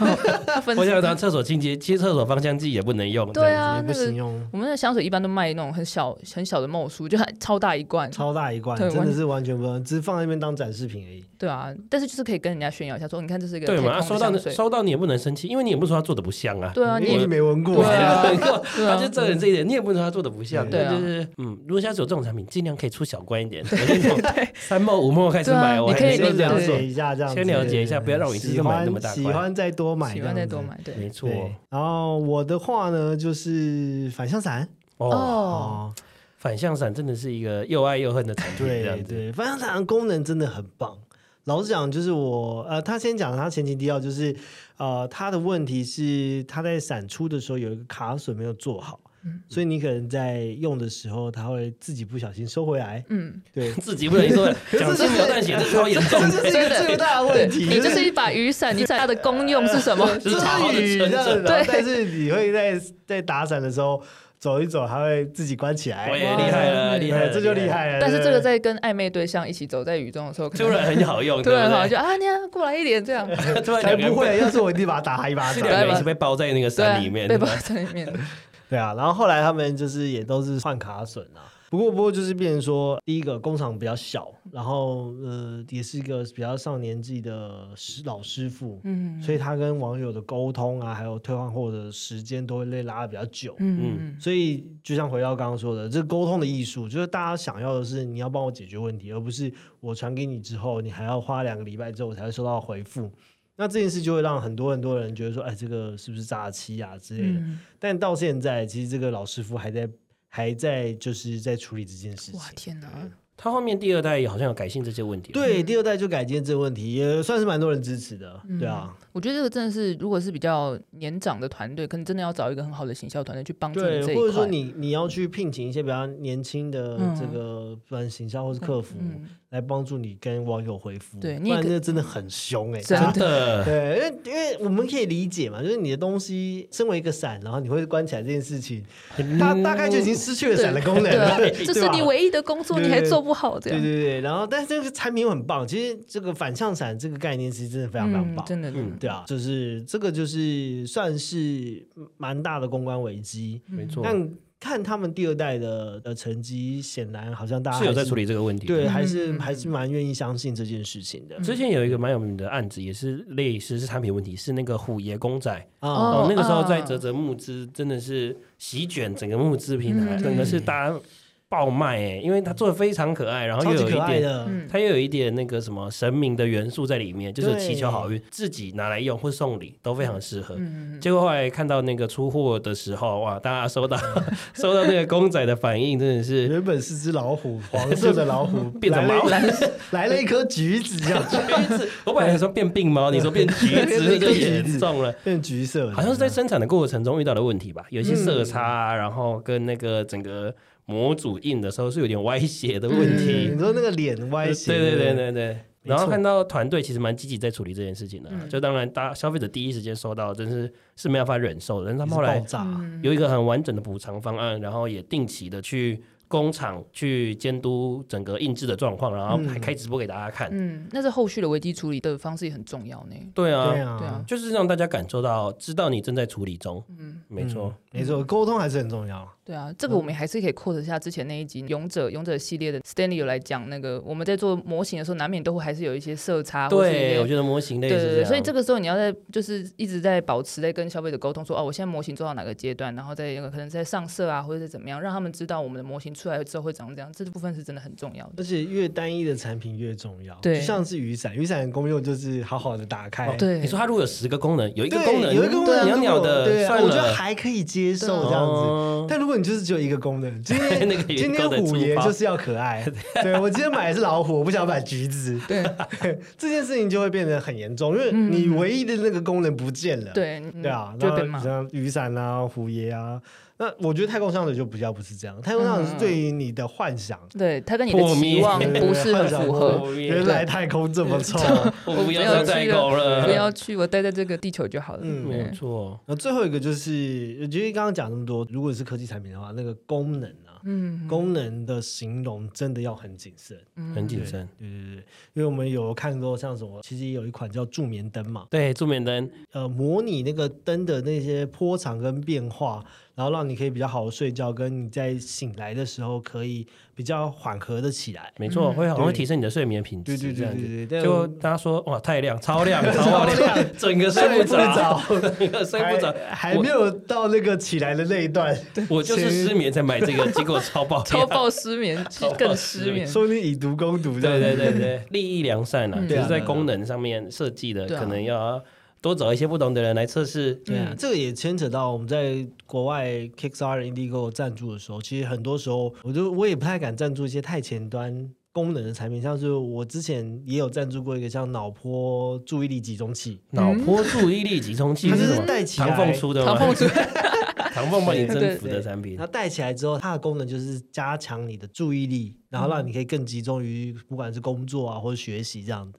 [SPEAKER 1] 它分
[SPEAKER 2] 我想当厕所清洁，其实厕所芳香剂也不能用。
[SPEAKER 1] 对
[SPEAKER 2] 这样
[SPEAKER 1] 啊，
[SPEAKER 3] 不
[SPEAKER 1] 那
[SPEAKER 3] 行
[SPEAKER 1] 个
[SPEAKER 3] 用
[SPEAKER 1] 我们的香水一般都卖那种很小很小的帽梳，就很超大一罐，
[SPEAKER 3] 超大一罐，
[SPEAKER 1] 对
[SPEAKER 3] 真的是完全不能，只是放在那边当展示品而已。
[SPEAKER 1] 对啊，但是就是可以跟人家炫耀一下，说哦你看这是一个
[SPEAKER 2] 子，对嘛？啊
[SPEAKER 1] 太空
[SPEAKER 2] 收
[SPEAKER 1] 的
[SPEAKER 2] 到
[SPEAKER 1] 香
[SPEAKER 2] 你
[SPEAKER 1] 水，
[SPEAKER 2] 收到你也不能生气，因为你也不说他做的不像啊。
[SPEAKER 1] 对啊，你
[SPEAKER 3] 因为
[SPEAKER 1] 也
[SPEAKER 3] 没闻过，
[SPEAKER 2] 对啊，
[SPEAKER 1] 对啊
[SPEAKER 2] 他就证人这一点，你也不能说他做的不像，
[SPEAKER 1] 对啊
[SPEAKER 2] 那就是嗯，如果下次有这种产品，尽量可以出小罐一点，那种三毛五毛开始
[SPEAKER 1] 对
[SPEAKER 2] 买，
[SPEAKER 1] 啊
[SPEAKER 2] 我还
[SPEAKER 1] 可以
[SPEAKER 2] 是
[SPEAKER 3] 先
[SPEAKER 1] 理
[SPEAKER 3] 了
[SPEAKER 2] 了
[SPEAKER 1] 解
[SPEAKER 3] 解
[SPEAKER 2] 解，
[SPEAKER 3] 一下这样子，
[SPEAKER 2] 先了解一下不要让我一次
[SPEAKER 3] 喜
[SPEAKER 2] 就买
[SPEAKER 3] 欢
[SPEAKER 2] 那么大
[SPEAKER 3] 喜
[SPEAKER 2] 罐
[SPEAKER 3] 欢再多买，
[SPEAKER 1] 喜欢再多。买，对
[SPEAKER 2] 没，错
[SPEAKER 3] 对，然后我的话呢，就是反向伞
[SPEAKER 2] 哦。
[SPEAKER 1] 哦，
[SPEAKER 3] 哦，
[SPEAKER 2] 反向伞真的是一个又爱又恨的产品，这
[SPEAKER 3] 对
[SPEAKER 2] 样子。
[SPEAKER 3] 对，反向伞的功能真的很棒。老实讲，就是我呃，他先讲他前情提要，就是呃，他的问题是他在闪出的时候有一个卡榫没有做好，
[SPEAKER 1] 嗯
[SPEAKER 3] 所以你可能在用的时候，他会自己不小心收回来。
[SPEAKER 1] 嗯，
[SPEAKER 3] 对，
[SPEAKER 2] 自己不能说讲轻描淡写，这超严重的，
[SPEAKER 3] 这就是一个最大的问题。
[SPEAKER 1] 你就是一把雨伞，你伞它的功用是什么？
[SPEAKER 2] 就
[SPEAKER 3] 就
[SPEAKER 2] 是是好好地
[SPEAKER 3] 雨
[SPEAKER 2] 撑
[SPEAKER 3] 这样子，
[SPEAKER 2] 着
[SPEAKER 3] 然后
[SPEAKER 1] 对
[SPEAKER 3] 但是你会在在打伞的时候走一走，它会自己关起来。
[SPEAKER 2] 喂，
[SPEAKER 1] 哇
[SPEAKER 2] 厉害了，
[SPEAKER 1] 对
[SPEAKER 2] 厉害
[SPEAKER 3] 哎
[SPEAKER 2] 了，
[SPEAKER 3] 这就厉。害了。
[SPEAKER 1] 但是
[SPEAKER 3] 对
[SPEAKER 1] 这个在跟暧昧对象一起走在雨中的时候，可
[SPEAKER 2] 突
[SPEAKER 1] 能
[SPEAKER 2] 然很好 用，
[SPEAKER 1] 突然
[SPEAKER 2] 对不
[SPEAKER 1] 好像
[SPEAKER 2] 对
[SPEAKER 1] 就啊，你啊过来一点这样，
[SPEAKER 2] 突然
[SPEAKER 3] 才
[SPEAKER 2] 两个人
[SPEAKER 3] 不会，要啊是我一定把它打一巴
[SPEAKER 2] 被，是。
[SPEAKER 3] 掌
[SPEAKER 2] 两个人一起被包在那 个
[SPEAKER 1] 对啊
[SPEAKER 2] 伞里，面，
[SPEAKER 1] 被
[SPEAKER 2] 对
[SPEAKER 1] 包
[SPEAKER 2] 吧？
[SPEAKER 1] 在里面，
[SPEAKER 3] 对啊，然后后来他们就是也都是换卡榫啊。不过，不过就是变成说，第一个工厂比较小，然后呃，也是一个比较上年纪的师老师傅，
[SPEAKER 1] 嗯
[SPEAKER 3] 所以他跟网友的沟通啊，还有退换货的时间都会被拉的比较久。
[SPEAKER 1] 嗯
[SPEAKER 3] 所以，就像回到刚刚说的，这个沟通的艺术，就是大家想要的是你要帮我解决问题，而不是我传给你之后，你还要花两个礼拜之后我才会收到回复。那这件事就会让很多很多人觉得说，哎，这个是不是诈欺啊之类的。
[SPEAKER 1] 嗯，
[SPEAKER 3] 但到现在，其实这个老师傅还在还在就是在处理这件事情
[SPEAKER 1] 哇。天哪，嗯
[SPEAKER 2] 它后面第二代也好像有改进这些问题。，
[SPEAKER 3] 对，第二代就改进这个问题，也算是蛮多人支持的，对啊，
[SPEAKER 1] 我觉得这个真的是，如果是比较年长的团队，可能真的要找一个很好的行销团队去帮助
[SPEAKER 3] 对
[SPEAKER 1] 你这，一块。
[SPEAKER 3] 或者说你你要去聘请一些比较年轻的这个，不然行销或是客服
[SPEAKER 1] 嗯
[SPEAKER 3] 来帮助你跟网友回复，
[SPEAKER 1] 对
[SPEAKER 3] 不
[SPEAKER 1] 你也
[SPEAKER 3] 然
[SPEAKER 1] 可啊
[SPEAKER 3] 这真的很凶哎，
[SPEAKER 1] 真
[SPEAKER 3] 大家
[SPEAKER 2] 的，
[SPEAKER 3] 对，因为因为我们可以理解嘛，就是你的东西身为一个伞，然后你会关起来这件事情，它大概就已经失去了伞的功能
[SPEAKER 1] 嗯对
[SPEAKER 3] 了
[SPEAKER 1] 啊，
[SPEAKER 3] 对，
[SPEAKER 1] 这是
[SPEAKER 3] 吧
[SPEAKER 1] 你唯一的工作，
[SPEAKER 3] 对
[SPEAKER 1] 你还做不好这
[SPEAKER 3] 对
[SPEAKER 1] 样。
[SPEAKER 3] 对对，然后但是这个产品很棒，其实这个反向伞这个概念其实真的非常非常
[SPEAKER 1] 嗯，
[SPEAKER 3] 棒，
[SPEAKER 1] 真的，
[SPEAKER 2] 嗯
[SPEAKER 3] 对啊，就是这个就是算是蛮大的公关危机，
[SPEAKER 2] 没错，
[SPEAKER 3] 但看他们第二代的的成绩，显然好像大家
[SPEAKER 2] 是有
[SPEAKER 3] 还
[SPEAKER 2] 在处理这个问题。
[SPEAKER 3] 对，
[SPEAKER 1] 嗯
[SPEAKER 3] 还是
[SPEAKER 1] 嗯嗯嗯
[SPEAKER 3] 还是蛮愿意相信这件事情的
[SPEAKER 2] 之前有一个蛮有名的案子，也是类似是产品问题，是那个虎爷公仔
[SPEAKER 3] 啊。
[SPEAKER 2] 哦
[SPEAKER 1] 哦，
[SPEAKER 2] 那个时候在
[SPEAKER 1] 嗯
[SPEAKER 2] 泽泽募资，真的是席卷整个募资平台，
[SPEAKER 1] 嗯
[SPEAKER 2] 整个是大家爆卖哎，因为它做的非常可爱，然后
[SPEAKER 3] 超
[SPEAKER 2] 又
[SPEAKER 3] 级
[SPEAKER 2] 有一
[SPEAKER 3] 可爱
[SPEAKER 2] 点。
[SPEAKER 3] 的，
[SPEAKER 1] 嗯，
[SPEAKER 2] 它又有一点那个什么神明的元素在里面，就是有祈求
[SPEAKER 3] 对
[SPEAKER 2] 好运，自己拿来用或送礼都非常适合。
[SPEAKER 1] 嗯，
[SPEAKER 2] 结果后来看到那个出货的时候，哇，大家收到 收到那个公仔的反应，真的是
[SPEAKER 3] 原本是只老虎，黄色的老虎
[SPEAKER 2] 变成猫
[SPEAKER 3] 来了一来了一颗橘子，这样
[SPEAKER 2] 橘子。我本来想说变病猫，你说变橘 子，
[SPEAKER 3] 变
[SPEAKER 2] 就
[SPEAKER 3] 橘子
[SPEAKER 2] 严重了。
[SPEAKER 3] 变橘色的，
[SPEAKER 2] 好像是在生产的过程中遇到的问题吧，有一些色差、啊，然后跟那个整个模组印的时候是有点歪斜的问
[SPEAKER 3] 嗯
[SPEAKER 2] 题。
[SPEAKER 3] 你说那个脸歪斜，
[SPEAKER 2] 对对
[SPEAKER 3] 不
[SPEAKER 2] 对对对。
[SPEAKER 3] 没错
[SPEAKER 2] 然后看到团队其实蛮积极在处理这件事情的啊、
[SPEAKER 1] 嗯
[SPEAKER 2] 就当然大消费者第一时间收到，真是是没办法忍受的。但是他们
[SPEAKER 3] 一直
[SPEAKER 2] 后来
[SPEAKER 3] 爆炸，
[SPEAKER 1] 嗯
[SPEAKER 2] 有一个很完整的补偿方案，然后也定期的去工厂去监督整个印制的状况，然后
[SPEAKER 3] 嗯
[SPEAKER 2] 还开直播给大家看。
[SPEAKER 1] 嗯，那是后续的危机处理的方式也很重要呢。
[SPEAKER 2] 对啊，
[SPEAKER 3] 对
[SPEAKER 1] 对啊
[SPEAKER 3] 啊，
[SPEAKER 2] 就是让大家感受到，知道你正在处理中。嗯，没错。
[SPEAKER 3] 嗯，没错，沟通还是很重要。
[SPEAKER 1] 对啊，这个我
[SPEAKER 2] 嗯
[SPEAKER 1] 们还是可以扩 u 一下之前那一集《勇者》《勇者》系列的 Stanley 有来讲那个，我们在做模型的时候，难免都会还是有一些色差，啊或是一
[SPEAKER 2] 对，
[SPEAKER 1] 些
[SPEAKER 2] 我觉得模型类
[SPEAKER 1] 对
[SPEAKER 2] 是
[SPEAKER 1] 对
[SPEAKER 2] 这
[SPEAKER 1] 对，
[SPEAKER 2] 样。
[SPEAKER 1] 所以这个时候你要在就是一直在保持在跟消费者沟通说，哦，我现在模型做到哪个阶段，然后再可能在上色啊，或者是怎么样，让他们知道我们的模型出来之后会长这样，这部分是真的很重要的。
[SPEAKER 3] 而且越单一的产品越重要，
[SPEAKER 1] 对哦
[SPEAKER 3] 就像是雨伞，雨伞的功用就是好好的打开，
[SPEAKER 1] 对，
[SPEAKER 2] 哎你说它如果有十个功能，有一个
[SPEAKER 3] 对
[SPEAKER 2] 功能，
[SPEAKER 3] 有一个功能
[SPEAKER 2] 袅袅
[SPEAKER 3] 如果
[SPEAKER 2] 的，
[SPEAKER 3] 对啊
[SPEAKER 2] 算了，
[SPEAKER 3] 我觉得还可以接受这样子。
[SPEAKER 2] 哦
[SPEAKER 3] 但如果你就是只有一个功能，今 天
[SPEAKER 2] 那个
[SPEAKER 3] 今
[SPEAKER 2] 有一个
[SPEAKER 3] 天
[SPEAKER 2] 功能
[SPEAKER 3] 虎爷
[SPEAKER 2] 粗暴
[SPEAKER 3] 就是要可爱，对我今天买的是老虎，我不想买橘子，
[SPEAKER 1] 对
[SPEAKER 3] 这件事情就会变得很严重，因为你唯一的那个功能不见了，
[SPEAKER 1] 对嗯
[SPEAKER 3] 对啊，
[SPEAKER 1] 就会
[SPEAKER 3] 然
[SPEAKER 1] 被
[SPEAKER 3] 后
[SPEAKER 1] 骂。
[SPEAKER 3] 像雨伞啊、虎爷啊，那我觉得太空上的就比较不是这样，太空上的是对于你的幻想。
[SPEAKER 1] 对他跟你的
[SPEAKER 2] 破灭
[SPEAKER 1] 期望
[SPEAKER 3] 对
[SPEAKER 1] 不是很
[SPEAKER 3] 幻想
[SPEAKER 1] 符
[SPEAKER 3] 说
[SPEAKER 1] 合，
[SPEAKER 2] 破灭
[SPEAKER 3] 原来太空这么臭，
[SPEAKER 2] 我不要再狗
[SPEAKER 1] 不
[SPEAKER 2] 了，
[SPEAKER 1] 要去，我待在这个地球就好了。
[SPEAKER 3] 嗯
[SPEAKER 2] 没
[SPEAKER 1] 对
[SPEAKER 2] 错，
[SPEAKER 3] 那最后一个就是，我觉得刚刚讲那么多，如果是科技产品的话，那个功能啊，
[SPEAKER 1] 嗯，
[SPEAKER 3] 功能的形容真的要很谨慎。
[SPEAKER 2] 很谨慎。
[SPEAKER 3] 对对对，因为我们有看过像什么，其实有一款叫助眠灯嘛，
[SPEAKER 2] 对，助眠灯，
[SPEAKER 3] 呃，模拟那个灯的那些波长跟变化，然后让你可以比较好的睡觉，跟你在醒来的时候可以比较缓和的起来。
[SPEAKER 2] 没错，会好像会
[SPEAKER 3] 嗯对
[SPEAKER 2] 提升你的睡眠品质。
[SPEAKER 3] 对对
[SPEAKER 2] 这
[SPEAKER 3] 对
[SPEAKER 2] 样子
[SPEAKER 3] 对对，但
[SPEAKER 2] 就
[SPEAKER 3] 我
[SPEAKER 2] 大家说哇，太亮，超 亮，超亮，整个睡
[SPEAKER 3] 睡
[SPEAKER 2] 不
[SPEAKER 3] 不
[SPEAKER 2] 着，
[SPEAKER 3] 着，
[SPEAKER 2] 整个睡不着。
[SPEAKER 3] 还还没有到那个起来的那一段，
[SPEAKER 2] 我就是失眠才买这 个，结果超爆
[SPEAKER 1] 超
[SPEAKER 2] 亮。
[SPEAKER 1] 爆失眠，更失眠。
[SPEAKER 3] 说不定以毒攻毒这样
[SPEAKER 2] 对
[SPEAKER 3] 子。
[SPEAKER 2] 对对 对，利益良善啊，
[SPEAKER 1] 嗯
[SPEAKER 2] 就
[SPEAKER 3] 对
[SPEAKER 2] 是
[SPEAKER 3] 啊
[SPEAKER 2] 在功能上面设计的，
[SPEAKER 1] 对啊
[SPEAKER 2] 可能要多找一些不同的人来测试。
[SPEAKER 3] 对啊
[SPEAKER 1] 嗯，
[SPEAKER 3] 这个也牵扯到我们在国外 Kickstarter、Indigo 赞助的时候，其实很多时候，我就我也不太敢赞助一些太前端功能的产品，像是我之前也有赞助过一个像脑波注意力集中器，
[SPEAKER 2] 脑波注意力集中器
[SPEAKER 3] 它就是是
[SPEAKER 2] 什么？
[SPEAKER 3] 带起来
[SPEAKER 2] 唐凤出的吗？
[SPEAKER 1] 唐凤出
[SPEAKER 2] 唐凤帮你征服
[SPEAKER 3] 对
[SPEAKER 2] 的产品
[SPEAKER 3] 然，后带起来之后，它的功能就是加强你的注意力，然后
[SPEAKER 2] 嗯
[SPEAKER 3] 让你可以更集中于不管是工作啊或者学习这样子。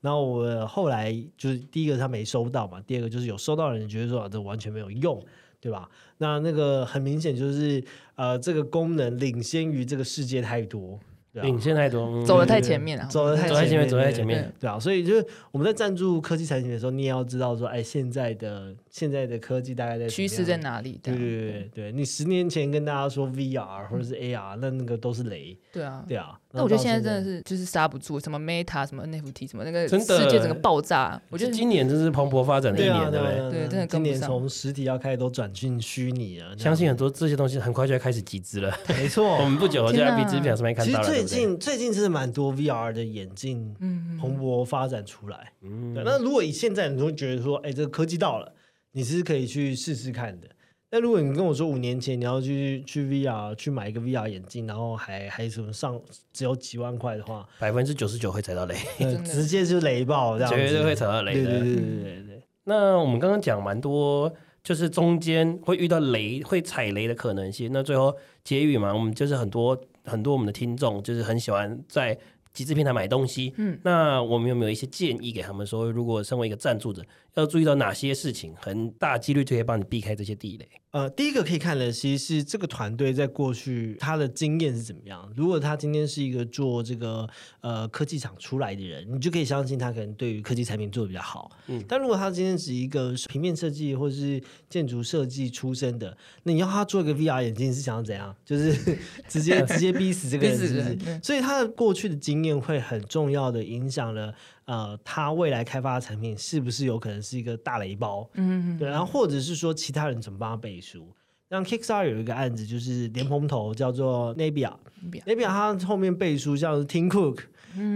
[SPEAKER 3] 然后我后来就是第一个他没收到嘛，第二个就是有收到的人觉得说、啊、这完全没有用，对吧？那那个很明显就是呃这个功能领先于这个世界太多，对吧、
[SPEAKER 2] 领先太多，嗯
[SPEAKER 1] 走得太前面了，
[SPEAKER 3] 走得太
[SPEAKER 2] 走在前面，
[SPEAKER 3] 对
[SPEAKER 2] 走在前面。
[SPEAKER 3] 对啊，所以就是我们在赞助科技产品的时候，你也要知道说，哎，现在的现在的科技大概在
[SPEAKER 1] 趋
[SPEAKER 3] 怎么
[SPEAKER 1] 势
[SPEAKER 3] 样
[SPEAKER 1] 在哪里？这
[SPEAKER 3] 对
[SPEAKER 1] 样
[SPEAKER 3] 对对对，你十年前跟大家说 VR 或者是 AR，那那个都是雷，
[SPEAKER 1] 对啊。
[SPEAKER 3] 对啊。
[SPEAKER 1] 那我觉得现在
[SPEAKER 3] 然后
[SPEAKER 1] 真
[SPEAKER 3] 到
[SPEAKER 1] 的是就是刹不住，什么 Meta、什么 NFT、什么那个
[SPEAKER 2] 真的
[SPEAKER 1] 世界整个爆炸，我觉得
[SPEAKER 2] 今年真是蓬勃发展的一
[SPEAKER 3] 对啊
[SPEAKER 2] 年，对不
[SPEAKER 3] 啊
[SPEAKER 2] 对？
[SPEAKER 3] 啊
[SPEAKER 1] 对真的跟
[SPEAKER 3] 今
[SPEAKER 1] 不
[SPEAKER 3] 年
[SPEAKER 1] 上
[SPEAKER 3] 从实体要开始都转进虚拟了，
[SPEAKER 2] 相信很多这些东西很快就要开始集资了。
[SPEAKER 3] 这样没
[SPEAKER 2] 我
[SPEAKER 3] 错。
[SPEAKER 2] 们不久就
[SPEAKER 1] 天
[SPEAKER 2] 在
[SPEAKER 1] 哪
[SPEAKER 2] B 支表上面看
[SPEAKER 3] 其
[SPEAKER 2] 到
[SPEAKER 3] 实
[SPEAKER 2] 了，对
[SPEAKER 3] 最
[SPEAKER 2] 不对？
[SPEAKER 3] 近最哦近真的蛮多 VR 的眼镜
[SPEAKER 1] 嗯，
[SPEAKER 3] 蓬勃发展出来。
[SPEAKER 2] 嗯
[SPEAKER 3] 对，那如果以现在你会觉得说，哎，这个科技到了，你是可以去试试看的。那如果你跟我说五年前你要去去 VR 去买一个 VR 眼镜，然后还还什么上只有几万块的话，
[SPEAKER 2] 百分之九十九会踩到雷，
[SPEAKER 3] 呃
[SPEAKER 1] 真的
[SPEAKER 3] 直接就雷爆这样子，
[SPEAKER 2] 绝对会踩到
[SPEAKER 3] 对
[SPEAKER 2] 雷
[SPEAKER 3] 对
[SPEAKER 2] 的。
[SPEAKER 3] 对对对对对。
[SPEAKER 1] 嗯
[SPEAKER 2] 那我们刚刚讲蛮多，就是中间会遇到雷，会踩雷的可能性。那最后结语嘛，我们就是很多很多我们的听众就是很喜欢在集资平台买东西。
[SPEAKER 1] 嗯，
[SPEAKER 2] 那我们有没有一些建议给他们说，如果身为一个赞助者，要注意到哪些事情，很大几率就可以帮你避开这些地雷？
[SPEAKER 3] 呃，第一个可以看的其实是这个团队在过去他的经验是怎么样。如果他今天是一个做这个呃科技厂出来的人，你就可以相信他可能对于科技产品做的比较好。嗯，但如果他今天是一个平面设计或是建筑设计出身的，那你要他做一个 VR 眼镜是想要怎样？就是 直接直接逼死这个人，
[SPEAKER 1] 逼
[SPEAKER 3] 是
[SPEAKER 1] 死
[SPEAKER 3] 不是
[SPEAKER 1] 人对？
[SPEAKER 3] 所以他的过去的经验会很重要的影响了呃他未来开发的产品是不是有可能是一个大雷包？
[SPEAKER 1] 嗯，
[SPEAKER 3] 对，然后或者是说其他人怎么帮他背书。像 Kickstarter 有一个案子，就是莲蓬头叫做
[SPEAKER 1] Nabia 嗯
[SPEAKER 3] Nabia，Nabia 它后面背书像是 Tim Cook，、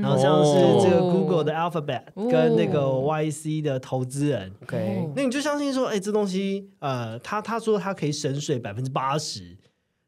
[SPEAKER 3] 然后像是这个 Google 的 Alphabet、
[SPEAKER 1] 哦
[SPEAKER 3] 跟那个 YC 的投资人，
[SPEAKER 2] OK
[SPEAKER 1] 哦
[SPEAKER 3] 那你就相信说，哎、这东西，呃，他他说他可以省水百分之八十，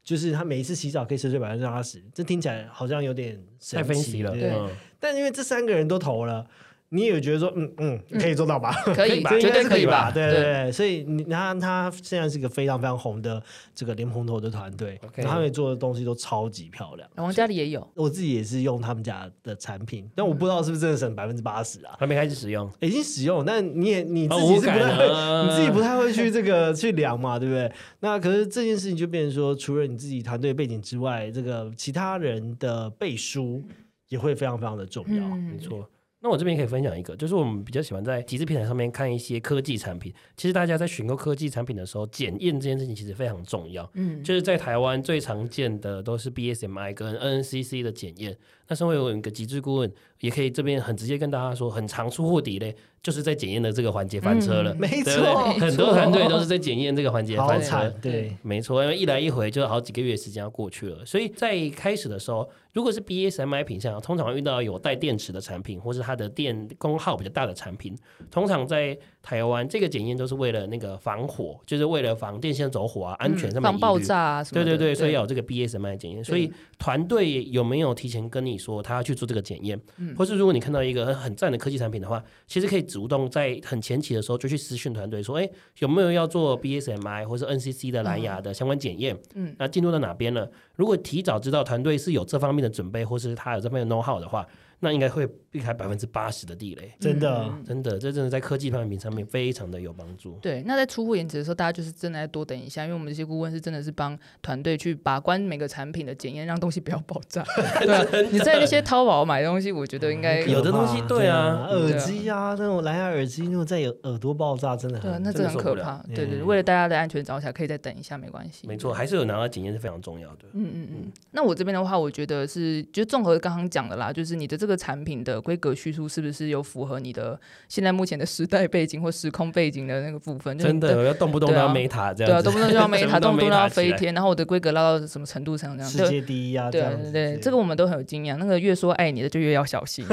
[SPEAKER 3] 就是他每一次洗澡可以省水百分之八十，这听起来好像有点神
[SPEAKER 2] 太分
[SPEAKER 3] 奇
[SPEAKER 2] 析了，
[SPEAKER 3] 对
[SPEAKER 1] 对
[SPEAKER 2] 嗯
[SPEAKER 3] 但因为这三个人都投了，你也觉得说，嗯嗯，可以做到吧？
[SPEAKER 1] 可以吧
[SPEAKER 3] 这应
[SPEAKER 1] 绝
[SPEAKER 3] 该
[SPEAKER 1] 对
[SPEAKER 3] 是
[SPEAKER 1] 可以吧
[SPEAKER 3] 对
[SPEAKER 1] 对
[SPEAKER 3] 对对。所以你他他现在是一个非常非常红的这个莲蓬头的团队
[SPEAKER 2] OK
[SPEAKER 3] 然后他们做的东西都超级漂亮。
[SPEAKER 1] 然后家里也有，
[SPEAKER 3] 我自己也是用他们家的产品，但我不知道是不是真的省百分之八十啊，
[SPEAKER 2] 还没开始使用。
[SPEAKER 3] 已经使用，但你也你自
[SPEAKER 2] 哦
[SPEAKER 3] 己
[SPEAKER 2] 无
[SPEAKER 3] 是不
[SPEAKER 2] 感
[SPEAKER 3] 太会，
[SPEAKER 2] 啊
[SPEAKER 3] 你自己不太会去这个去量嘛，对不对？那可是这件事情就变成说，除了你自己团队背景之外，这个其他人的背书也会非常非常的重要。
[SPEAKER 2] 没
[SPEAKER 1] 嗯
[SPEAKER 2] 错。那我这边可以分享一个，就是我们比较喜欢在集资平台上面看一些科技产品。其实大家在选购科技产品的时候，检验这件事情其实非常重要。
[SPEAKER 1] 嗯，
[SPEAKER 2] 就是在台湾最常见的都是 BSMI 跟 NCC 的检验。那身为我一个极致顾问，也可以这边很直接跟大家说，很常出货底嘞，就是在检验的这个环节翻车了。
[SPEAKER 1] 嗯
[SPEAKER 3] 没
[SPEAKER 2] 对
[SPEAKER 3] 错
[SPEAKER 1] 没
[SPEAKER 2] 不对
[SPEAKER 1] 错
[SPEAKER 2] 很多团队都是在检验这个环节
[SPEAKER 3] 好
[SPEAKER 2] 翻车。
[SPEAKER 3] 惨，
[SPEAKER 1] 对
[SPEAKER 3] 对，
[SPEAKER 2] 没错，因为一来一回就好几个月时间要过去了，所以在开始的时候，如果是 BSMI 品相，通常会遇到有带电池的产品，或是它的电功耗比较大的产品，通常在台湾这个检验都是为了那个防火，就是为了防电线走火啊，安全上面、
[SPEAKER 1] 防爆。炸啊什么
[SPEAKER 2] 对
[SPEAKER 1] 的，
[SPEAKER 2] 对对，所以要有这个 BSMI 检验，所以团队有没有提前跟你说他要去做这个检验，
[SPEAKER 1] 嗯
[SPEAKER 2] 或是如果你看到一个很赞的科技产品的话，其实可以主动在很前期的时候就去私讯团队说，哎，有没有要做 BSMI 或是 NCC 的蓝牙的相关检验？
[SPEAKER 1] 嗯，
[SPEAKER 2] 那进度到哪边了？如果提早知道团队是有这方面的准备，或是他有这方面的 know how 的话，那应该会避开百分之八十的地雷。
[SPEAKER 3] 真的。
[SPEAKER 1] 嗯
[SPEAKER 2] 真的，这真的在科技产品上面非常的有帮助。
[SPEAKER 1] 对，那在出货延迟的时候，大家就是真的要多等一下，因为我们这些顾问是真的是帮团队去把关每个产品的检验，让东西不要爆炸。对啊、你在那些淘宝买东西，我觉得应该
[SPEAKER 2] 有的东西对啊
[SPEAKER 3] 耳机啊，那种蓝牙耳机，那种在有耳朵爆炸，真的
[SPEAKER 1] 对啊，
[SPEAKER 3] 很
[SPEAKER 1] 那真
[SPEAKER 2] 真的
[SPEAKER 1] 的很
[SPEAKER 2] 受
[SPEAKER 1] 可
[SPEAKER 2] 不了嗯
[SPEAKER 1] 怕。对对对，为了大家的安全着想，可以再等一下，没关系。
[SPEAKER 2] 没错，还是有拿到检验是非常重要的。
[SPEAKER 1] 嗯嗯嗯，那我这边的话，我觉得是，就综合刚刚讲的啦，就是你的这个产品的规格叙述是不是有符合你的现在目前的时代背景或时空背景的那个部分？就是
[SPEAKER 2] 真
[SPEAKER 1] 你
[SPEAKER 2] 的，要动不动都
[SPEAKER 1] 对
[SPEAKER 2] 要
[SPEAKER 1] 啊
[SPEAKER 2] Meta 这
[SPEAKER 1] 对啊，
[SPEAKER 2] 样子，
[SPEAKER 1] 动不动就 要没
[SPEAKER 2] 动
[SPEAKER 1] 塔，动不动就要
[SPEAKER 2] Meta 起
[SPEAKER 1] 飞
[SPEAKER 2] 来
[SPEAKER 1] 天，然后我的规格拉到什么程度上这样？
[SPEAKER 3] 世
[SPEAKER 1] 对
[SPEAKER 3] 界第一啊，这
[SPEAKER 1] 对啊
[SPEAKER 3] 样子。
[SPEAKER 1] 对，这个我们都很有经验。啊那个越说爱你的，就越要小心。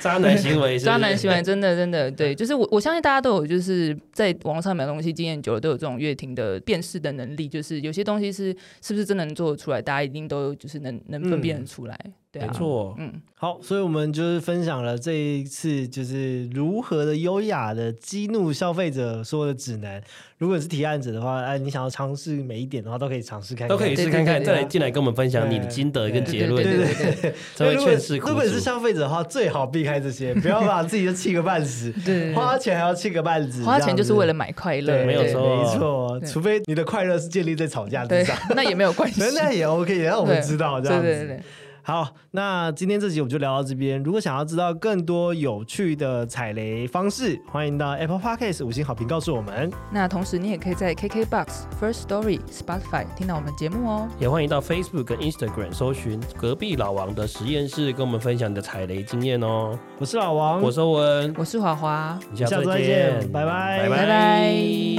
[SPEAKER 2] 渣男行为是不是，
[SPEAKER 1] 渣男 行为真的真的
[SPEAKER 3] 嗯
[SPEAKER 1] 对，就是我我相信大家都有，就是在网络上买东西经验久了，都有这种乐听的辨识的能力。就是有些东西是是不是真能做得出来，大家一定都就是能能分
[SPEAKER 3] 嗯
[SPEAKER 1] 辨得出来。对啊，
[SPEAKER 2] 没错。
[SPEAKER 1] 嗯，
[SPEAKER 3] 好，所以我们就是分享了这一次就是如何的优雅的激怒消费者说的指南。如果是提案者的话，哎，你想要尝试每一点的话，都可以尝试看看，
[SPEAKER 2] 都可以试看
[SPEAKER 1] 对
[SPEAKER 2] 看，
[SPEAKER 1] 对对对
[SPEAKER 2] 再来进来跟我们分享
[SPEAKER 3] 对
[SPEAKER 2] 你的心得跟结
[SPEAKER 1] 对
[SPEAKER 2] 论
[SPEAKER 1] 对，对对对
[SPEAKER 2] 才会
[SPEAKER 3] 如果
[SPEAKER 2] 劝世苦
[SPEAKER 3] 如果你是
[SPEAKER 2] 主。
[SPEAKER 3] 消费者的话，最好避开这些，不要把自己就气个 半死，
[SPEAKER 1] 对
[SPEAKER 3] 花钱还要气个半死，
[SPEAKER 1] 花钱就是为了
[SPEAKER 3] 这样
[SPEAKER 1] 买快
[SPEAKER 3] 子
[SPEAKER 1] 乐，
[SPEAKER 3] 对
[SPEAKER 2] 没有
[SPEAKER 1] 对
[SPEAKER 2] 错
[SPEAKER 3] 没错，
[SPEAKER 1] 对
[SPEAKER 3] 除非你的快乐是建立在吵架之
[SPEAKER 1] 对
[SPEAKER 3] 上，，
[SPEAKER 1] 那也没有 关系。
[SPEAKER 3] 那那也 OK，让我们
[SPEAKER 1] 对
[SPEAKER 3] 知道这
[SPEAKER 1] 对
[SPEAKER 3] 样
[SPEAKER 1] 对
[SPEAKER 3] 子。
[SPEAKER 1] 对对，
[SPEAKER 3] 好，那今天这集我们就聊到这边。如果想要知道更多有趣的踩雷方式，欢迎到 Apple Podcast 五星好评告诉我们。
[SPEAKER 1] 那同时你也可以在 KKBox、First Story、Spotify 听到我们节目哦。
[SPEAKER 2] 也欢迎到 Facebook 跟 Instagram 搜寻“隔壁老王的实验室”，跟我们分享你的踩雷经验哦。
[SPEAKER 3] 我是老王，
[SPEAKER 2] 我是欧文，
[SPEAKER 1] 我是华华，
[SPEAKER 2] 我们
[SPEAKER 3] 下
[SPEAKER 2] 下
[SPEAKER 3] 周
[SPEAKER 2] 次
[SPEAKER 3] 再
[SPEAKER 2] 再
[SPEAKER 3] 见
[SPEAKER 2] 见，
[SPEAKER 3] 拜
[SPEAKER 2] 拜
[SPEAKER 3] 拜
[SPEAKER 1] 拜拜